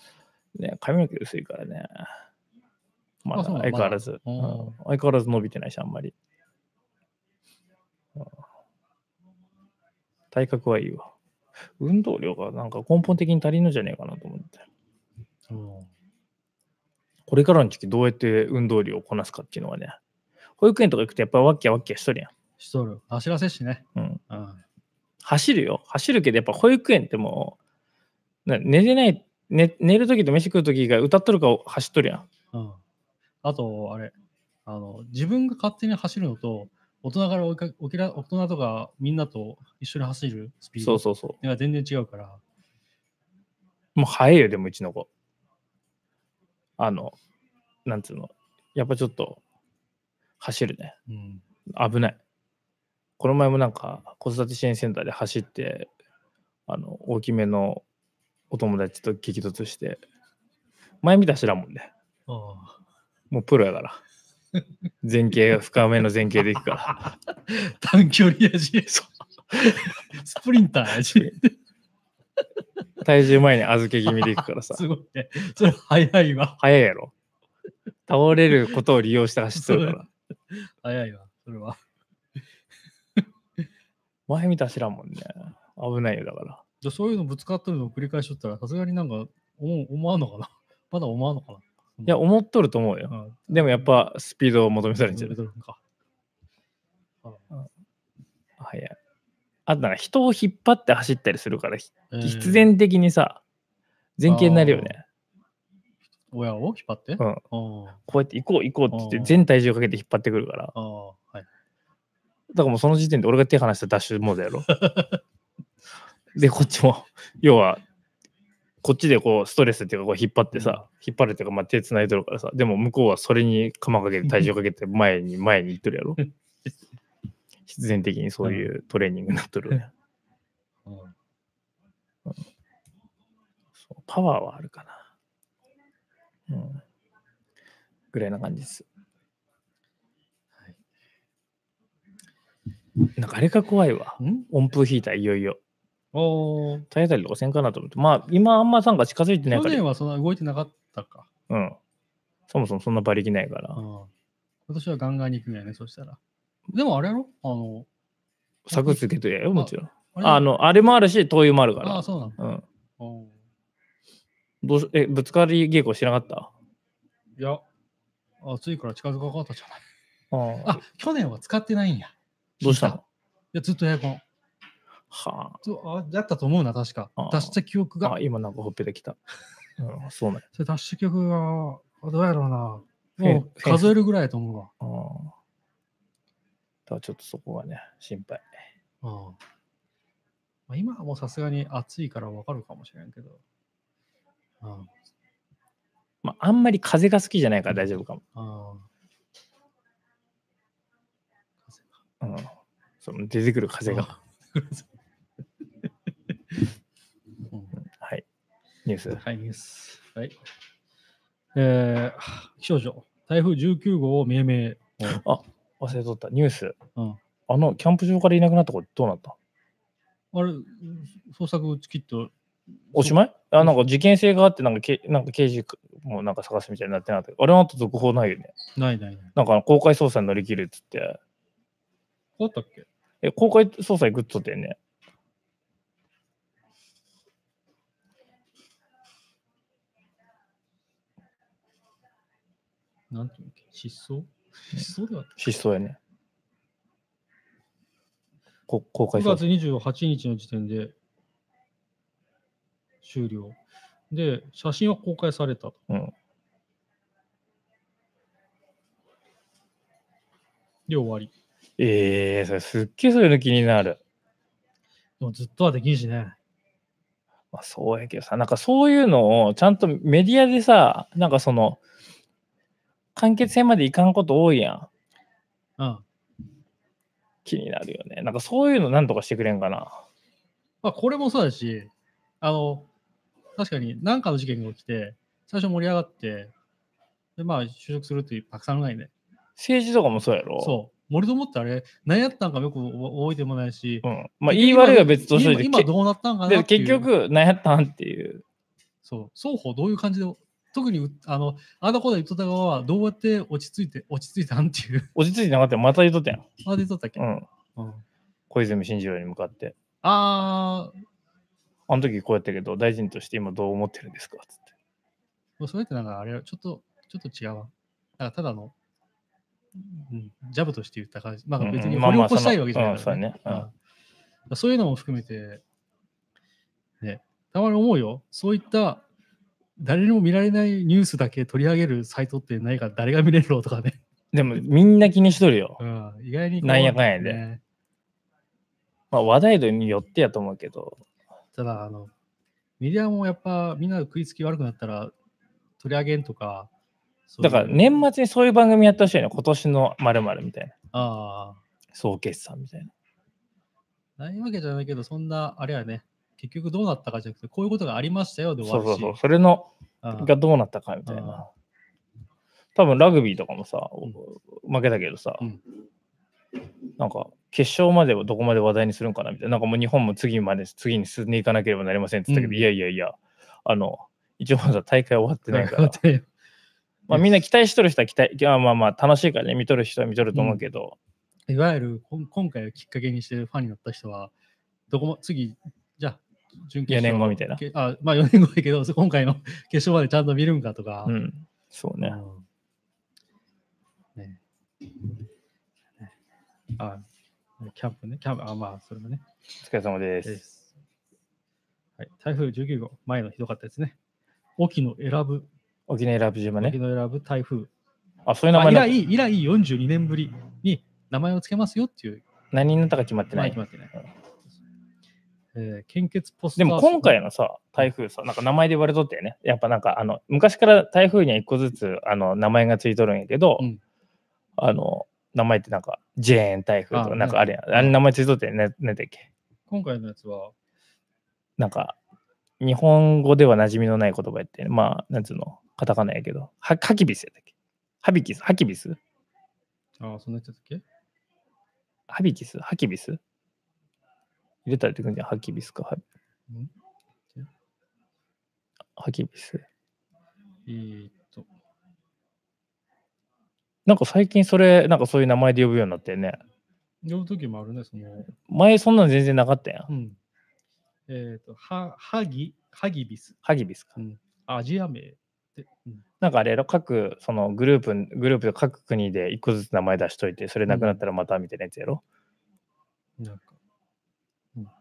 ね、髪の毛薄いからね。まだあそうな相の変わらず、うんまだうん相変わらず伸びてないし、あんまり。うん体格はいいわ。運動量がなんか根本的に足りんのじゃねえかなと思って。うん。これからの時期どうやって運動量をこなすかっていうのはね。保育園とか行くとやっぱりワッキャワッキャしとるやん。しとる。走らせっしね。うんうん。走るよ。走るけど、やっぱ保育園ってもう、な寝れない、寝寝るときと飯食うときが歌っとるか走っとるやん。うん。あと、あれ、あの、自分が勝手に走るのと、大人から追いか起きら大人とかみんなと一緒に走るスピーそドうそうそが全然違うから、う。もう早いよ、でもうちの子。あの、なんつうの。やっぱちょっと、走るね。うん。危ない。この前もなんか、子育て支援センターで走って、あの、大きめのお友達と激突して、前見たら知らんもんね。あもうプロやから。前傾、深めの前傾でいくから。あ (laughs) 短距離やし、スプリンターやし、体重前に預け気味でいく (laughs) からさ。すごいね。それ早いわ。早いやろ。倒れることを利用して走ってるから。早いわ、それは。前見たら知らんもんね。危ないよ、だから。でそういうのぶつかってるのを繰り返しとったら、さすがになんか思う思わんのかなまだ思わんのかないいや、思っとると思うよ。思でもやっぱスピードを求めされちゃるう。か。早い。あとなんか人を引っ張って走ったりするから、ひえー必。然的にさ、前傾になるよね。親を引っ張ってうんうんあこうやって行こう行こうって言あっーて全体重をかけて引っ張ってくるから。あ、はい。だからもうその時点で俺が手離したらダッシュモードやろ。で、こっちも、要は、こっちでこうストレスっていうかこう引っ張ってさ、引っ張るっていうかまあ手繋いでるからさ、でも向こうはそれに釜かけて体重かけて前に前に行っとるや (laughs) ろ。必然的にそういうトレーニングになっとるよね。うんそうパワーはあるかな。うん。ぐらいな感じです。なんかあれが怖いわ。ん温風ヒーターいよいよ。おー耐えたりとかせんかなと思って。まあ、今あんまなんか近づいてない去から。年はそんな動いてなかったか。うん。そもそもそんな馬力ないからう。ん今年はガンガンに行くんやね、そしたら。でもあれやろあの、作付けとやよ、もちろん。あれあの、あれもあるし、灯油もあるかあらあ、。そうなのうん。うん。どうしえ、ぶつかり稽古しなかったいや、暑いから近づかなかったじゃない。ああ、去年は使ってないんや。どうした聞いのいや、ずっとエアコン。はそうあだったと思うな、確かあ。ー出した記憶あがあ。。今なんかほっぺてきた。うん、そうね。それ脱出曲が、どうやろうな。えもう数えるぐらいやと思うわ。ああ。だからちょっとそこがね、心配。うんまあ、今はもうさすがに暑いからわかるかもしれんけど。うんまあ、あんまり風が好きじゃないから大丈夫かも。うんうん。その出てくる風が。 (laughs) うんはい。ニュース。はい、ニュース。はい。えー、気象庁、台風19号を (laughs) 命名。忘れとった。ニュース。うんあの、キャンプ場からいなくなった子どうなったあれ、捜索打ち切っと、おしまいあ、なんか事件性があって、なんかけなんか刑事もなんか探すみたいになってなって、あれあと続報ないよね。ないないない。なんかあの公開捜査に乗り切るっつって、こうだったっけえ、公開捜査行くっつってんね。なんていうんだっけ失踪失踪では失踪やね。こ公開9捜月査。 28日の時点で終了。で、写真は公開された。うんで、終わり。ええそれすっげえそういうの気になる。でもずっとはできんしね。まあ、そうやけどさ、なんかそういうのをちゃんとメディアでさ、なんかその、完結編までいかんこと多いやん。うん。気になるよね。なんかそういうのなんとかしてくれんかな。まあ、これもそうだし、あの、確かに何かの事件が起きて、最初盛り上がって、で、まあ、就職するっていうパクさんがいね。政治とかもそうやろ。そモルドモってあれ、何やったんかよく覚えてもないし、うん。まあ、言い悪いは別としといて、今今けどうなったんかなでっていう結局、何やったんっていう。そう、双方どういう感じで、特にうあの、あだこだ言っとった側は、どうやって落ち着いて、落ち着いたんっていう、落ち着いてなかったらまた言うとったやん。あで言っとったっけ、うん。うん小泉進次郎に向かって。あーあの時こうやったけど、大臣として今どう思ってるんですかつって。もうそれってなんかあれよ、ちょっと、ちょっと違うわ。なんかただの、うん、ジャブとして言った感じ。まあ別にうんまあ掘りま起あこしたいわけじゃないそから、のうんそうやねうんそういうのも含めて、ね、たまに思うよ。そういった、誰にも見られないニュースだけ取り上げるサイトってないから誰が見れるのとかね。でも、みんな気にしとるよう。ん、意外にこうなんやかんやでねまあ、話題度によってやと思うけど、ただ、あの、メディアもやっぱみんな食いつき悪くなったら取り上げんとか。そういだうから年末にそういう番組やってほしいの。今年の〇〇みたいな。ああ。総決算みたいな。ないわけじゃないけど、そんな、あれやね、結局どうなったかじゃなくて、こういうことがありましたよで終そわうるそし。うそう。それのうんがどうなったかみたいうんな。多分ラグビーとかもさ、ん負けたけどさ、うんなんか決勝まではどこまで話題にするんかなみたいな。なんかもう日本も次まで次に進んでいかなければなりませんって言ったけど、うんいやいやいや、あの、一応まだ大会終わってない (laughs) からだ、ってまあ、みんな期待しとる人は期待、いやまあまあ楽しいからね、見とる人は見とると思うけど、いわゆるこん今回をきっかけにしてファンになった人は、どこも次、じゃあ、準決勝。 4年後みたいなけあまあ4年後やけど、 (laughs) そ今回の決勝までちゃんと見るんかとか。うん、そうね。うんねねあキャンプね、キャンプ、あ、まあ、それもね。お疲れ様です。です。はい、台風19号、前のひどかったですね。沖の選ぶ、沖縄ラブ島沖ね。の選ぶ台風。あ、そういう名まあ前以なんだ来、以来42年ぶりに名前を付けますよっていう、何になったか決まってまなあい決。まってない。えー献血ポスタでー。も今回のさ、台風さ、なんか名前で言われとったよね。やっぱなんかあの、昔から台風には一個ずつあの名前がついとるんやけど、うんあの、名前ってなんか、ジェーン台風とあか、なんかあれやん。あれ名前ついとったよね。なんだっけ。今回のやつは、なんか、日本語では馴染みのない言葉やって、まあ、なんつうの、カタカナやけど、はハキビスやったっけハビキスハキビスああ、そんなやつだっけハビキスハキビス入れたら出てくんじゃん。ハキビスか。ハんハキビス。えーっと、なんか最近それ、なんかそういう名前で呼ぶようになってね。呼ぶ時もあるね、その、前そんなの全然なかったやん。うん。えーっと、は、はぎ、はぎびす。ハギビスか。うん。アジア名って、うんなんかあれやろ、各そのグループ、グループで各国で一個ずつ名前出しといて、それなくなったらまたみたいなやつやろ。なんか、うん。は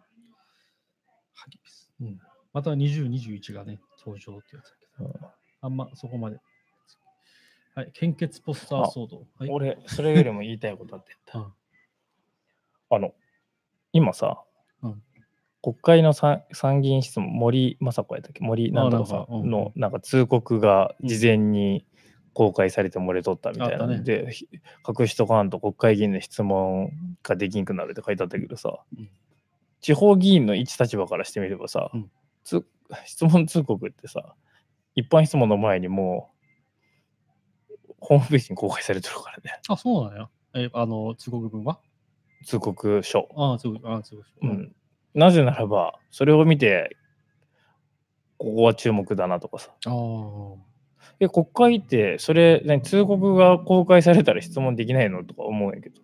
ぎです。うん。また20、21がね、登場ってやつだけど、うんあんまそこまで。はい、献血ポスターあ騒動。はい、俺、それよりも言いたいことあってうんあの、今さ、うん国会の参参議院質問、森雅子やったっけ森なんとかさあなんかうんんのなんか通告が事前に公開されて漏れとったみたいな、あったねんで、ひ隠しとかんと国会議員の質問ができんくなるって書いてあったけどさ、うん地方議員の一立場からしてみればさ、うんつ質問通告ってさ、一般質問の前にもう、ホームページに公開されてるからね、あ、そうなんや。え、あの、中国軍は通告書。ああ、中国、ああ、中国。う。ん、なぜならば、それを見て、ここは注目だなとかさ。ああ。え、国会って、それ、何通告が公開されたら質問できないのとか思うんやけど。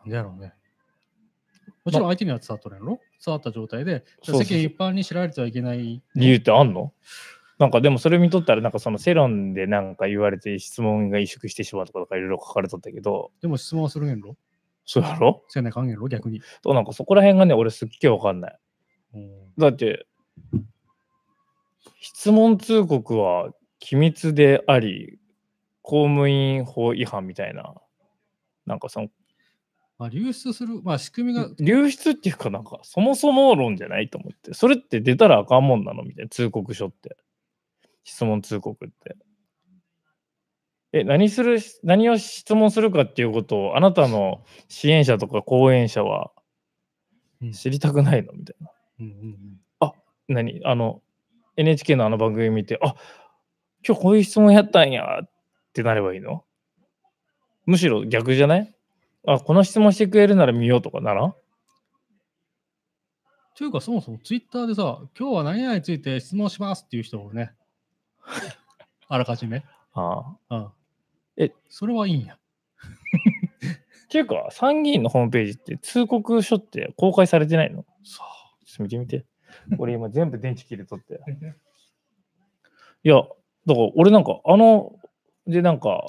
なんでやろうね。もちろん相手には伝わっとるやろ伝わった状態で、世そうそうそう間一般に知られてはいけない。理由ってあんのなんかでもそれ見とったら、なんかその世論でなんか言われて質問が萎縮してしまうとかとかいろいろ書かれとったけど、でも質問はするんやろそうやろせやないかんやろ逆に。となんかそこら辺がね、俺すっげえわかんない。うんだって、質問通告は機密であり、公務員法違反みたいな、なんかその、まあ、流出する、まあ、仕組みが、流出っていうか、なんか、そもそも論じゃないと思って、それって出たらあかんもんなのみたいな、通告書って。質問通告って。え、何する、何を質問するかっていうことを、あなたの支援者とか後援者はうん知りたくないのみたいな。うんうんうん何あの NHK のあの番組見てあ今日こういう質問やったんやってなればいいのむしろ逆じゃないあ、この質問してくれるなら見ようとかならというか、そもそもツイッターでさ、今日は何々について質問しますっていう人を (laughs) ね、あらかじめ。ああ。うん。え、それはいいんや。っていうか、参議院のホームページって通告書って公開されてないのさあ。ちょっと見てみて。俺今全部電池切れと (laughs) って。いや、だから俺なんか、あの、でなんか、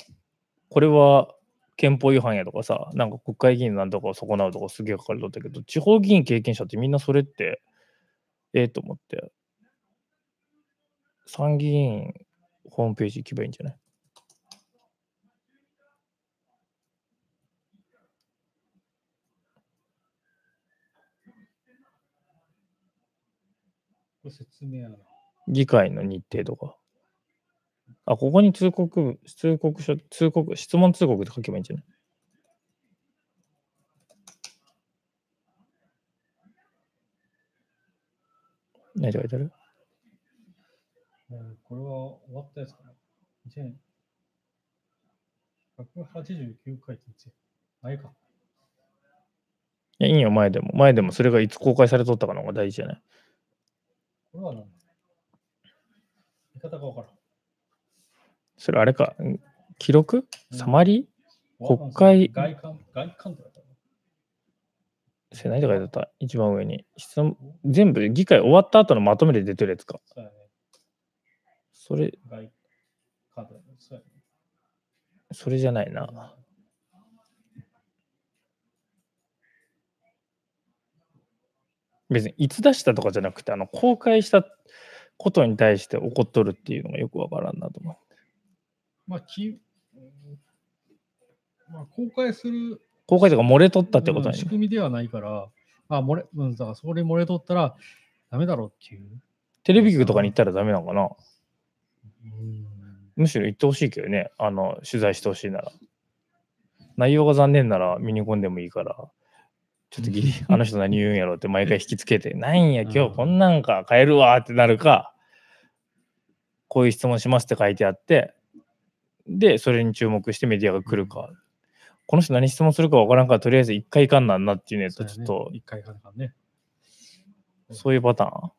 これは憲法違反やとかさ、なんか国会議員なんとかを損なうとかすげえ書かれとったけど、地方議員経験者ってみんなそれって、ええと思って。参議院ホームページ行けばいいんじゃないこれ説明やな。議会の日程とか。あ、ここに通告、通告書、通告、質問通告って書けばいいんじゃない何て書いてあるえーこれは終わったやつかな。2000 189回って言ってあれか。いや、いいよ、前でも。前でもそれがいつ公開されとったかのが大事じゃない。これは何だ見方がわからん。それあれか、ん記録サマリ国会外観、外観ってだったのーそれ何て書いてあった一番上に。質問、全部議会終わった後のまとめで出てるやつか。そうやね。それ、外観ってだったそうやね。それじゃないな。別にいつ出したとかじゃなくて、あの公開したことに対して怒っとるっていうのがよくわからんなと思う。まあ、きうんまあ、公開する公開とか漏れとったってことうんに、仕組みではないから、まあ、漏れ、うん、だからそれ漏れとったらダメだろうっていう。テレビ局とかに行ったらダメなのかなうんむしろ行ってほしいけどね、あの取材してほしいなら。内容が残念なら見に込んでもいいから、ちょっとギリ、 (laughs) あの人何言うんやろって毎回引きつけて、なんや、今日こんなんか変えるわってなるか、こういう質問しますって書いてあって、で、それに注目してメディアが来るか、この人何質問するかわからんから、とりあえず一回いかんなんなっていうのやと、そうちょっとやね、一回かかんね。そういうパターン。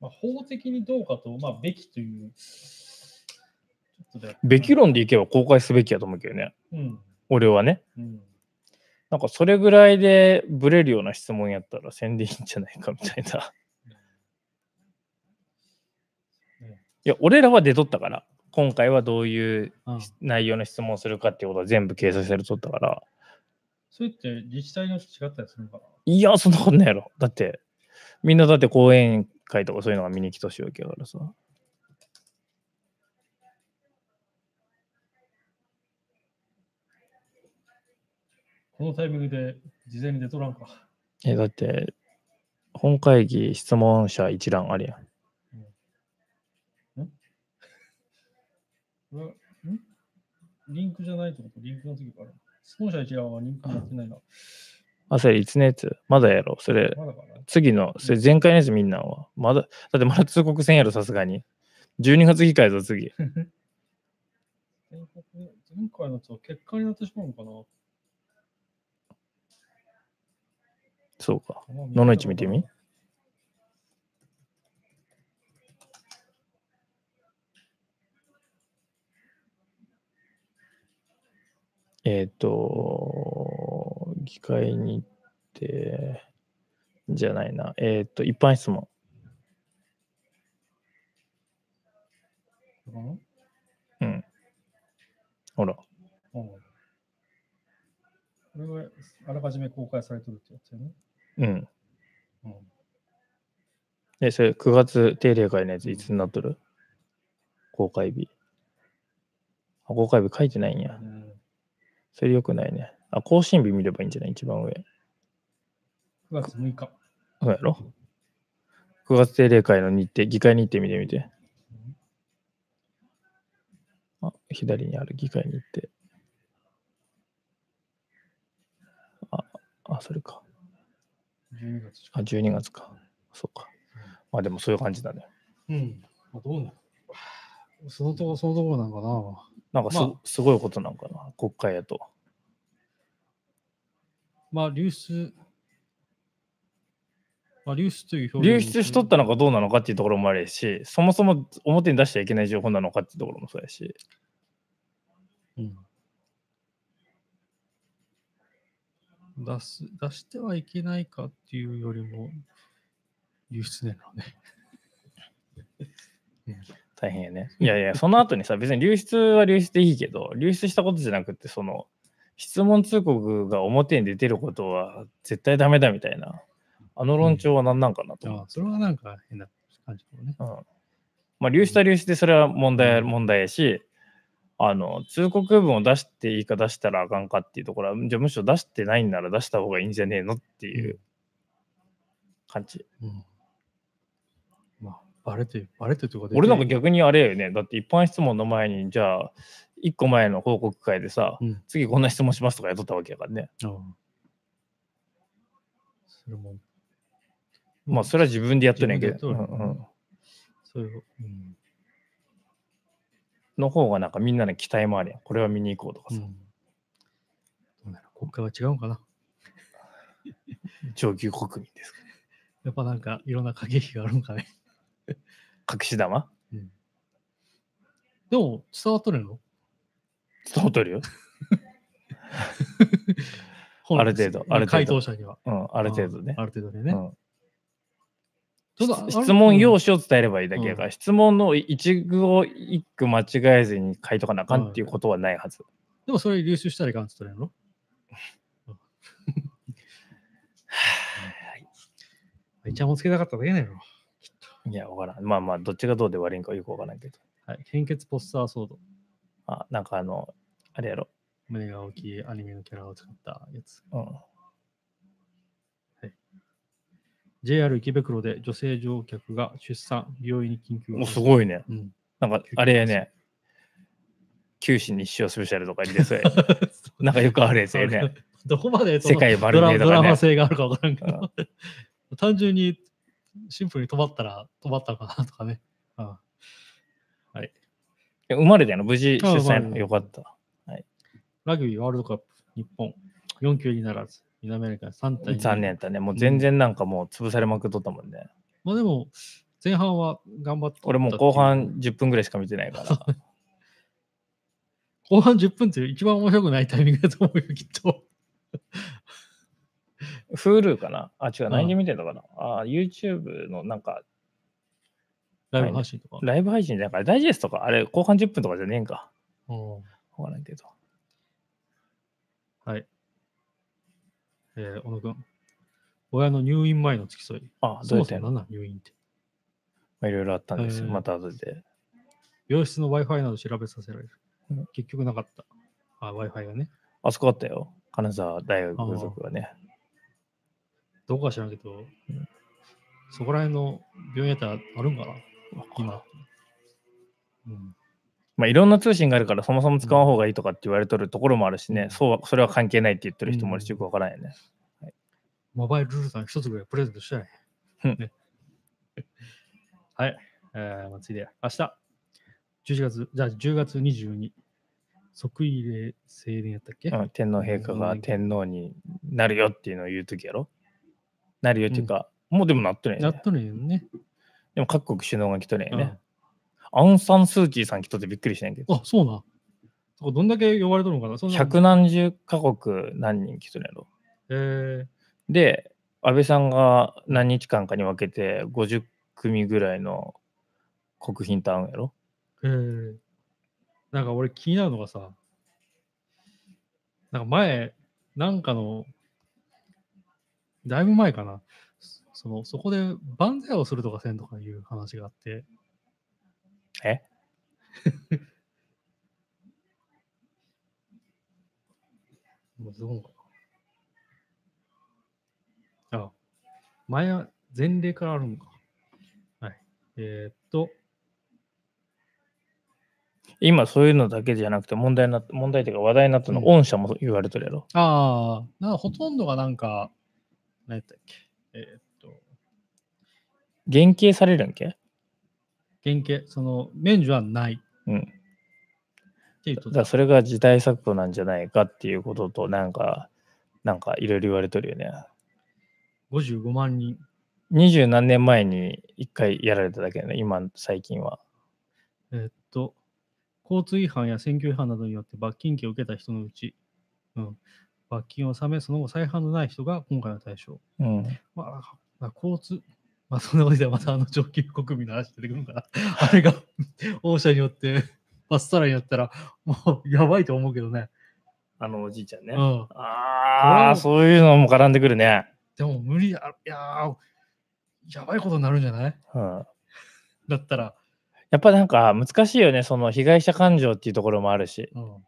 まあ、法的にどうかと、まあ、べきという。ちょっとでべき論でいけば公開すべきやと思うけどね、うん。俺はね。うん。なんかそれぐらいでブレるような質問やったら宣伝いいんじゃないかみたいな。いや、俺らは出とったから、今回はどういううん内容の質問をするかっていうことは全部掲載されとったから、それって自治体の人違ったりするのかないや、そんなことないやろ。だって、みんなだって講演会とかそういうのが見に来としわけやからさ。このタイミングで事前に出とらんか。え、だって、本会議質問者一覧あるやん。うわんリンクじゃないってことリンクの時から。質問者一覧はリンクになってないな。あ、それいつのやつまだやろ。それ、まだかな。次の、それ前回のやつみんなんは。まだ、だってまだ通告せんやろ、さすがに。12月議会ぞ、次。全国前回のやつは結果になってしまうのかなそうか。まあ野々市見てみ。えっ、と、議会に行って、じゃないな。えっ、と、一般質問。かなうん。ほら、うん。これはあらかじめ公開されてるってやつよね。うん。うん。え、それ9月定例会のやついつになっとる公開日。あ、公開日書いてないんや。それよくないね。あ、更新日見ればいいんじゃない一番上。 9月6日。そうやろ ?9 月定例会の日程、議会日程見てみて。あ、左にある議会日程。あ、あ、それか。 12月しか。あ、12月か。そうか。まあでもそういう感じだね。うん。まあ、どうなるそのとこ、そのところなんかな。なんかす,、まあすごいことなんかな、国会やと。まあ、流出、まあ、流出という表流現出しとったのかどうなのかっていうところもあるし、そもそも表に出しちゃいけない情報なのかっていうところもそうやし、うん出す、出してはいけないかっていうよりも、流出なのね。大変やね。いやいや、その後にさ、別に流出は流出でいいけど、流出したことじゃなくて、その、質問通告が表に出てることは絶対ダメだみたいな、あの論調は何なんかなと思あうあ、それはなんか変な感じだね。うんまあ、流出は流出でそれは問題問題やし、あの通告文を出していいか出したらあかんかっていうところは、じゃあむしろ出してないんなら出した方がいいんじゃねえのっていう感じ。うん。まあ、バレて、バレてとかで。俺なんか逆にあれやよね、だって一般質問の前に、じゃあ、1個前の報告会でさ、うん次こんな質問しますとかやっとったわけやからね。ああそれも、まあ、それは自分でやってないけ自ど、分でやっうとんうるんそういう、うん。の方がなんかみんなの期待もあるやん。これは見に行こうとかうさ、ん、どうなの国会は違うんかな上級国民ですから。やっぱなんかいろんな駆け引きがある (laughs) んかね。隠し玉でも伝わっとるの伝わっとるよ。ある程度ある程度回答者には。うん、あある程度ね。ある程度でね。うんちょっとあ質質問用紙。紙を伝えればいいだけやから、質問の一句を一句間違えずに書いとかなあかんっていうことはないはず。でもそれ流出したらいかんって言ったらいいのはい。イチャモンつけたかっただけなの。いや、わからん。まあまあ、どっちがどうで悪いんかよくわからんけど。はい。献血ポスター騒動。あ、なんかあの、あれやろ。胸が大きいアニメのキャラを使ったやつ。うん。 JR 池袋で女性乗客が出産、病院に緊急もうすい。ごいね。うんなんか、あれやね。九死に一生スペシャルとか言ってそうや (laughs) なんかよくあるやつやね。どこま (laughs) でそ世の界丸ド見えラとドかラねマ。性があるか分からんけど、 (laughs) 単純にシンプルに止まったら止まったのかなとかね。うんえ生まれたの無事出あ生まれ産たよかった。ラグビーワールドカップ日本4級にならず、南アメリカ3対2残念。だね。もう全然なんかもう潰されまくっとったもんね。まあでも、前半は頑張って。俺もう後。半10分ぐらいしか見てないから。後半10分って一番面白くないタイミングだと思うよ、き (laughs) っと。 Hulu かなあ、違う。ん何で見てたかなあ、YouTube のなんかライブ配信とか。ライブ配信じゃなくて、ダイジェストか。あれ、後半10分とかじゃねえんか。うんわからんけど。はい。えー、小野君。親の入院前の付き添い。あ、どそうやもっそてもやん何のなん入院って。まあいろいろあったんですよ。うんまた後で。病室の Wi-Fi など調べさせられるうん。結局なかった。あ、Wi-Fi がね。あそこあったよ。金沢大学附属はね。どこか知らんけどうん、そこら辺の病院やったらあるんかな今。うん。まあ、いろんな通信があるから、そもそも使わん方がいいとかって言われとるところもあるしね、うんそうはそれは関係ないって言ってる人もいるし、うんよくわからんよね。モバイルルーター一つぐらいプレゼントしたいうん。ね、 (laughs) はい。えー、まあ次で、明日、11月、じゃあ10月22、即位礼正殿やったっけ、うん、天皇陛下がうん天皇になるよっていうのを言うときやろ。なるよっていうか、もうでもなっとるんややっね。とるよね。でも各国首脳が来とるんやね。アウン・サン・スー・チーさん来とってびっくりしたんやけうど。んあ、そうなん。そこどんだけ呼ばれとるのかなそんな百何十カ国何人来とるんやろ。えー、で、安倍さんが何日間かに分けて50組ぐらいの国賓と会うんやろ。えー、なんか俺気になるのがさ、なんか前、なんかの、だいぶ前かな、そそのそこで万歳をするとかせんとかいう話があって、え (laughs) もうどうかなあ、前は前例からあるのか。はい。えーっと、今そういうのだけじゃなくて問題になっ問題というか話題になったの、うん御社も言われとるやろ。ああ、なんかほとんどがなんか、何やったっけ、えーっと、減刑されるんけ原型、その免除はない。うん。ていうとだからそれが時代錯誤なんじゃないかっていうことと、なんか、なんかいろいろ言われてるよね。 55万人。二十何年前に一回やられただけだね、今、最近は。えーっと、交通違反や選挙違反などによって罰金刑を受けた人のうち、うん、罰金を納め、その後再犯のない人が今回の対象。うん。まあ、まあ、交通、まあ、そんなことでまたあの上級国民の話出てくるのかな。 (laughs) あれが、王者によって、バスタラにやったら、もう、やばいと思うけどね。あのおじいちゃんね。うん。ああ、そういうのも絡んでくるね。でも、無理や、いやーやばいことになるんじゃないうん。だったら、やっぱなんか難しいよね、その被害者感情っていうところもあるし。うん。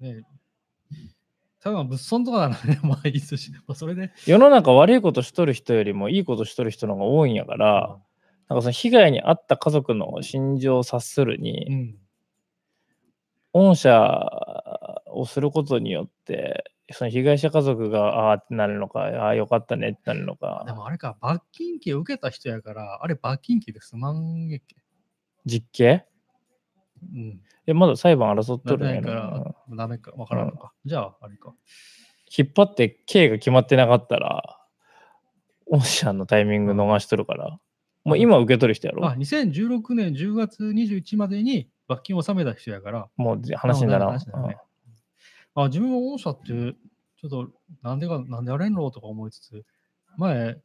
ねえ。ただ、物損とかならね、 (laughs) まあいいですし、まあ、それで。世の中悪いことしとる人よりもいいことしとる人の方が多いんやから、なんかその被害に遭った家族の心情を察するうに、ん。恩赦をすることによって、その被害者家族がああーってなるのか、ああよかったねってなるのでか、もあれか、罰金刑受けた人やから、あれ罰金刑で済まんげっけ。実刑うん。え、まだ裁判争っなとってるんなやいかなら。、ダメか、わからんのか。じゃあ、あれか。引っ張って刑が決まってなかったら、恩赦のタイミング逃しとるから、もう今受け取る人やろあ、。2016年10月21までに罰金を納めた人やから、もう話にならん。話にならんねあ自分は御社って、ちょっと、なんでか、なんでやれんろうとか思いつつ、前、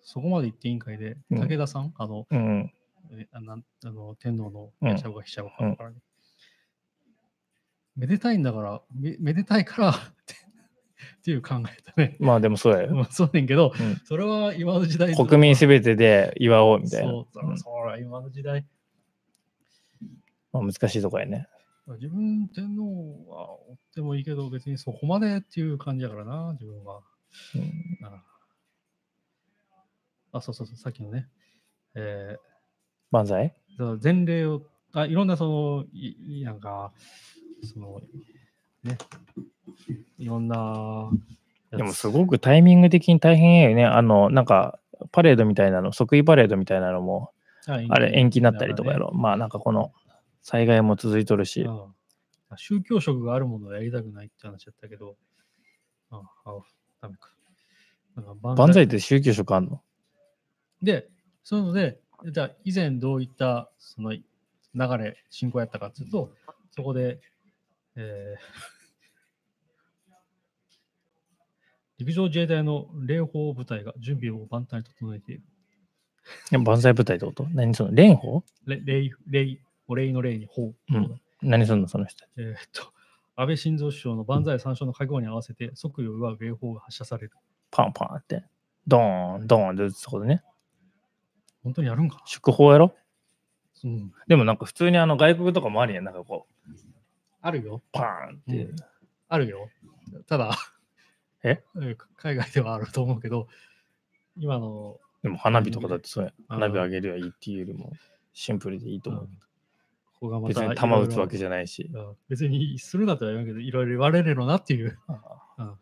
そこまで言って委員会で、うん武田さん、あの、うんうん。えあなんあの天皇のうんやしゃうが飛車うかわからね、めでたいんだから、めめでたいからってっていう考えだね。 (laughs) まあでもそうやよ。まあそうねんけど、うんそれは今の時代国民す性べてで祝おうみたいな。そう、そらそら今の時代。うんまあ、難しいとこやね。自分、天皇はおってもいいけど、別にそこまでっていう感じやからな、自分は。うんああ、そうそうそう、さっきのね、え万歳ーその前例を、あいろんなその、いいなんか、その、ね、いろんなやつ、でもすごくタイミング的に大変やよね。あの、なんか、パレードみたいなの、即位パレードみたいなのも、あれ延期になったりとかやろ。まあなんかこの災害も続いとるし、うん宗教色があるものをやりたくないって話だったけど、ああ、ダメか。なんか万万歳って宗教色あんので、そういうので、じゃあ以前どういったその流れ、進行やったかっていうと、そこで、えー陸上自衛隊の霊宝部隊が準備を万端に整えている。え万歳舞台ってこと何その蓮舫れ礼、礼、お礼の礼に法。うん何すんのその人。えーっと、安倍晋三首相の万歳三唱の覚悟に合わせて即位を奪う霊宝が発射される。パンパンって。ドーン、ドーンって打つってことね。本当にやるんか祝砲やろな、うん、でもなんか普通にあの外国とかもあるやん。なんかこう、あるよ。パーンって。うんあるよ。ただ、えうん海外ではあると思うけど、今の、でも花火とかだってそうやん。うん花火あげるはいいっていうよりもシンプルでいいと思う。うんここがま別たにい弾ろいろ打つわけじゃないし。うん別にするなとは言わんけど、いろいろ言われるのなっていう。うん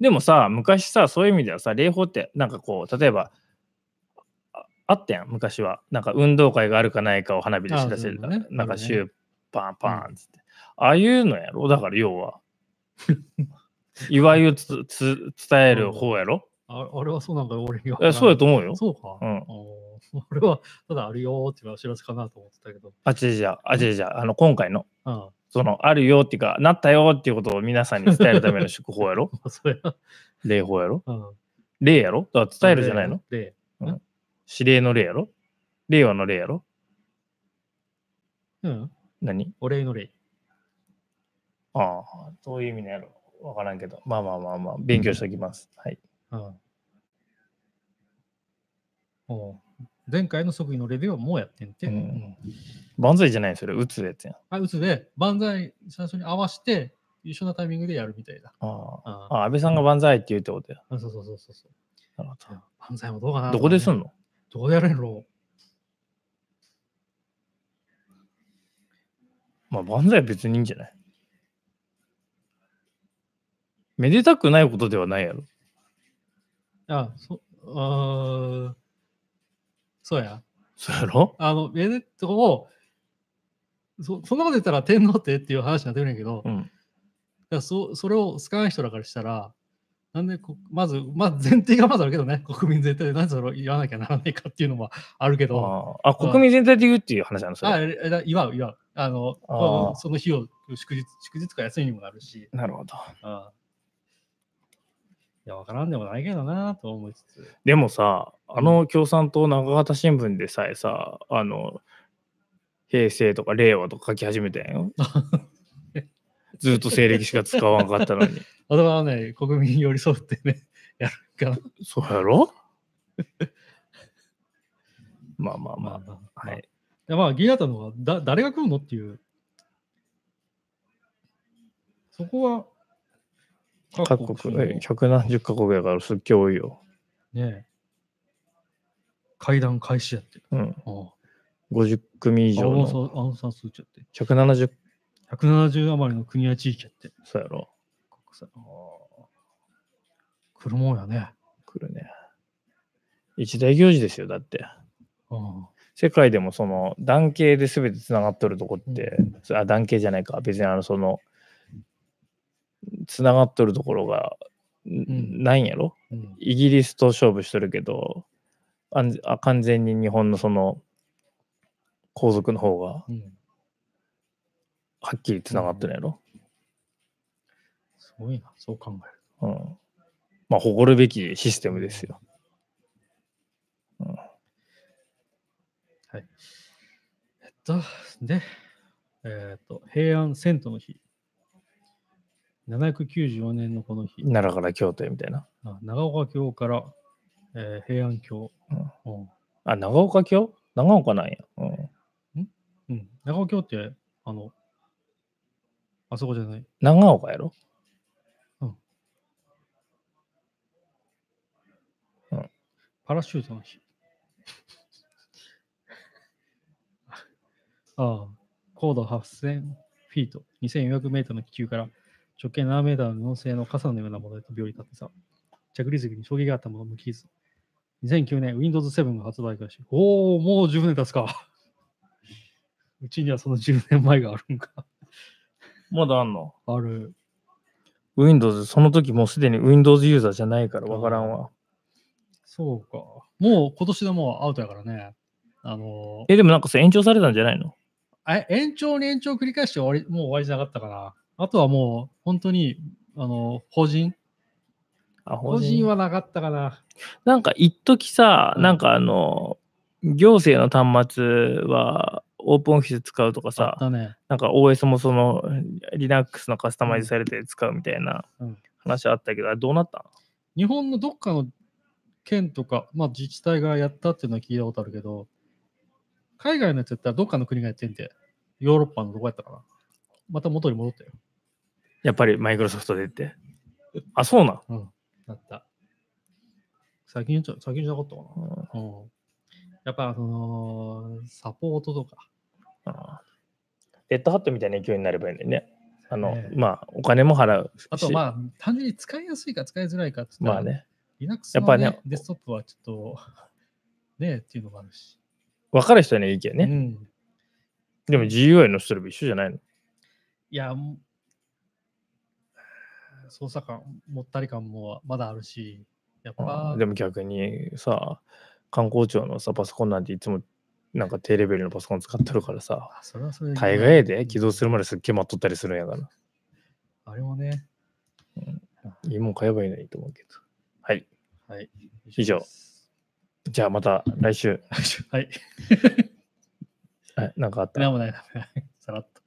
でもさ、昔さ、そういう意味ではさ、礼法ってなんかこう、例えば、ああったやん、昔は。なんか運動会があるかないかを花火で知らせるあそういうのねなんかあるねシューパンパンっつって。ああいうのやろだから要は。祝いをつつ伝える方やろ、ああれはそうなんか俺が。えそうやと思うよ。そうか。うんおー俺は、ただあるよーっていうお知らせかなと思ってたけど。あ、違う違う、あ、違う違う、あの、今回の、うん。まその、あるよっていうか、なったよっていうことを皆さんに伝えるた (laughs) めの祝法やろあ、それは。礼法やろうん。礼やろだから伝えるじゃないので、指令の礼やろ令和の礼やろうん。何お礼の礼。ああ、そういう意味のやろ。わからんけど。まあまあまあまあ、勉強しておきます。はい。うん。おー前回の即位の礼ではもうやってんて。うん万歳じゃないそれ、打つやつやん。あ、うつで、万歳最初に合わせて、一緒なタイミングでやるみたいだ。ああ。ああ安倍さんが万歳って言うってことや。あ、そうそうそうそうそなるほう。万歳もどうかな、ど。どこですのんのどこでやれんろまあ、万歳は別にいいんじゃないめでたくないことではないやろ。う。あ、そ、あーそうや。そうやろあの、めでとを、そそんなこと言ったら天皇ってっていう話になってくるんやけど、うん。だからそそれを使わない人らからしたら、なんでこまず、まず前提がまずあるけどね、国民全体でなぜそれを言わなきゃならないかっていうのもあるけど、ああ、国民全体で言うっていう話なのそあれ。ええだ祝う、祝う。あの、あーまあその日を祝日、祝日か休みにもなるし、なるほど。あいや、わからんでもないけどなと思いつつ。でもさ、あの共産党長畑新聞でさえさ、あの、平成とか令和とか書き始めたんよ。ずっと西暦しか使わなかったのに。あとはね、国民に寄り添ってね、やるかな。そうやろまあまあまあ。 (laughs) ま (laughs) あ、はい。でまあ、ギリだったのはだ、誰が食うのっていう。そこは、各国、のえ百何十カ国やからすっげえ多いよ。ねえ会談開始やって。うん。ああ50組以ア上ウンのサンアウンサンスーチャって。 170、 170余りの国や地域やって。そうやろ。国際来るもんやね。来るね。一大行事ですよ、だって。うん世界でもその団形で全てつながっとるとこって、そあ団形じゃないか別にあのそのつながっとるところが、んんないんやろうんイギリスと勝負しとるけどあんあ完全に日本のその皇族の方がうんはっきりつながっとるんやろ、すごいな、そう考えうるんまあ誇るべきシステムですよと。はい。えっと、で、えっと、平安遷都の日。794年のこの日、奈良から京都へみたいなあ長岡京から、えー平安京、うんあ長岡京長岡なんや、うん、うん。長岡京って、あの、あそこじゃない。長岡やろパラシュートの日。ああ、高度8000フィート、2400メートルの気球から直径7メートルの性の傘のようなものへ飛び降り立ってさ、着陸時に衝撃があったもの無傷。2009年 Windows 7が発売開始。おお、もう10年経つか。うちにはその10年前があるんか。まだあんのある。 Windows、その時もうすでに Windows ユーザーじゃないからわからんわ。そうか。もう今年でもうアウトやからね。あのえ、でもなんかさ、延長されたんじゃないのえ延長に延長を繰り返して終わり、もう終わりじゃなかったかな。あとはもう、本当に、あの、法人あ、法人。はなかったかな。なんか一時さ、うんなんかあの、行政の端末はオープンオフィス使うとかあっさ、たね。なんか OS もその Linux のカスタマイズされて使うみたいなうん話あったけど、あれどうなった日本のどっかの県とか、まあ自治体がやったっていうのは聞いたことあるけど、海外のやつやったらどっかの国がやってんで、ヨーロッパのどこやったかな。また元に戻ったよ。やっぱりマイクロソフトで (laughs) って。あ、そうなん。なった。先に言っちゃ、先にじゃなかったかうんな。うん。やっぱ、その、サポートとか。うんレッドハットみたいな勢いになればいいんだよね。あの、ねまあ、お金も払うし。あとまあ、単純に使いやすいか使いづらいかって言まったあら、ね。 Linux やっの、ぱねねデスクトップはちょっと、 (laughs) ねえっていうのもあるし。分かる人にはいいけどね。うん、でも GUI の人でも一緒じゃないのいや、もう操作感、もったり感もまだあるし、やっぱ、でも逆にさ、観光庁のさ、パソコンなんていつもなんか低レベルのパソコン使ってるからさ、あそれはそれ海外で起動するまですっげえ待っとったりするんやから、あれもね、いいもん買えばいいのにと思うけど。はい。はい。以上です。じゃあまた来週、 (laughs) はい。 (laughs) はいなんかあったなんもないな。さらっと。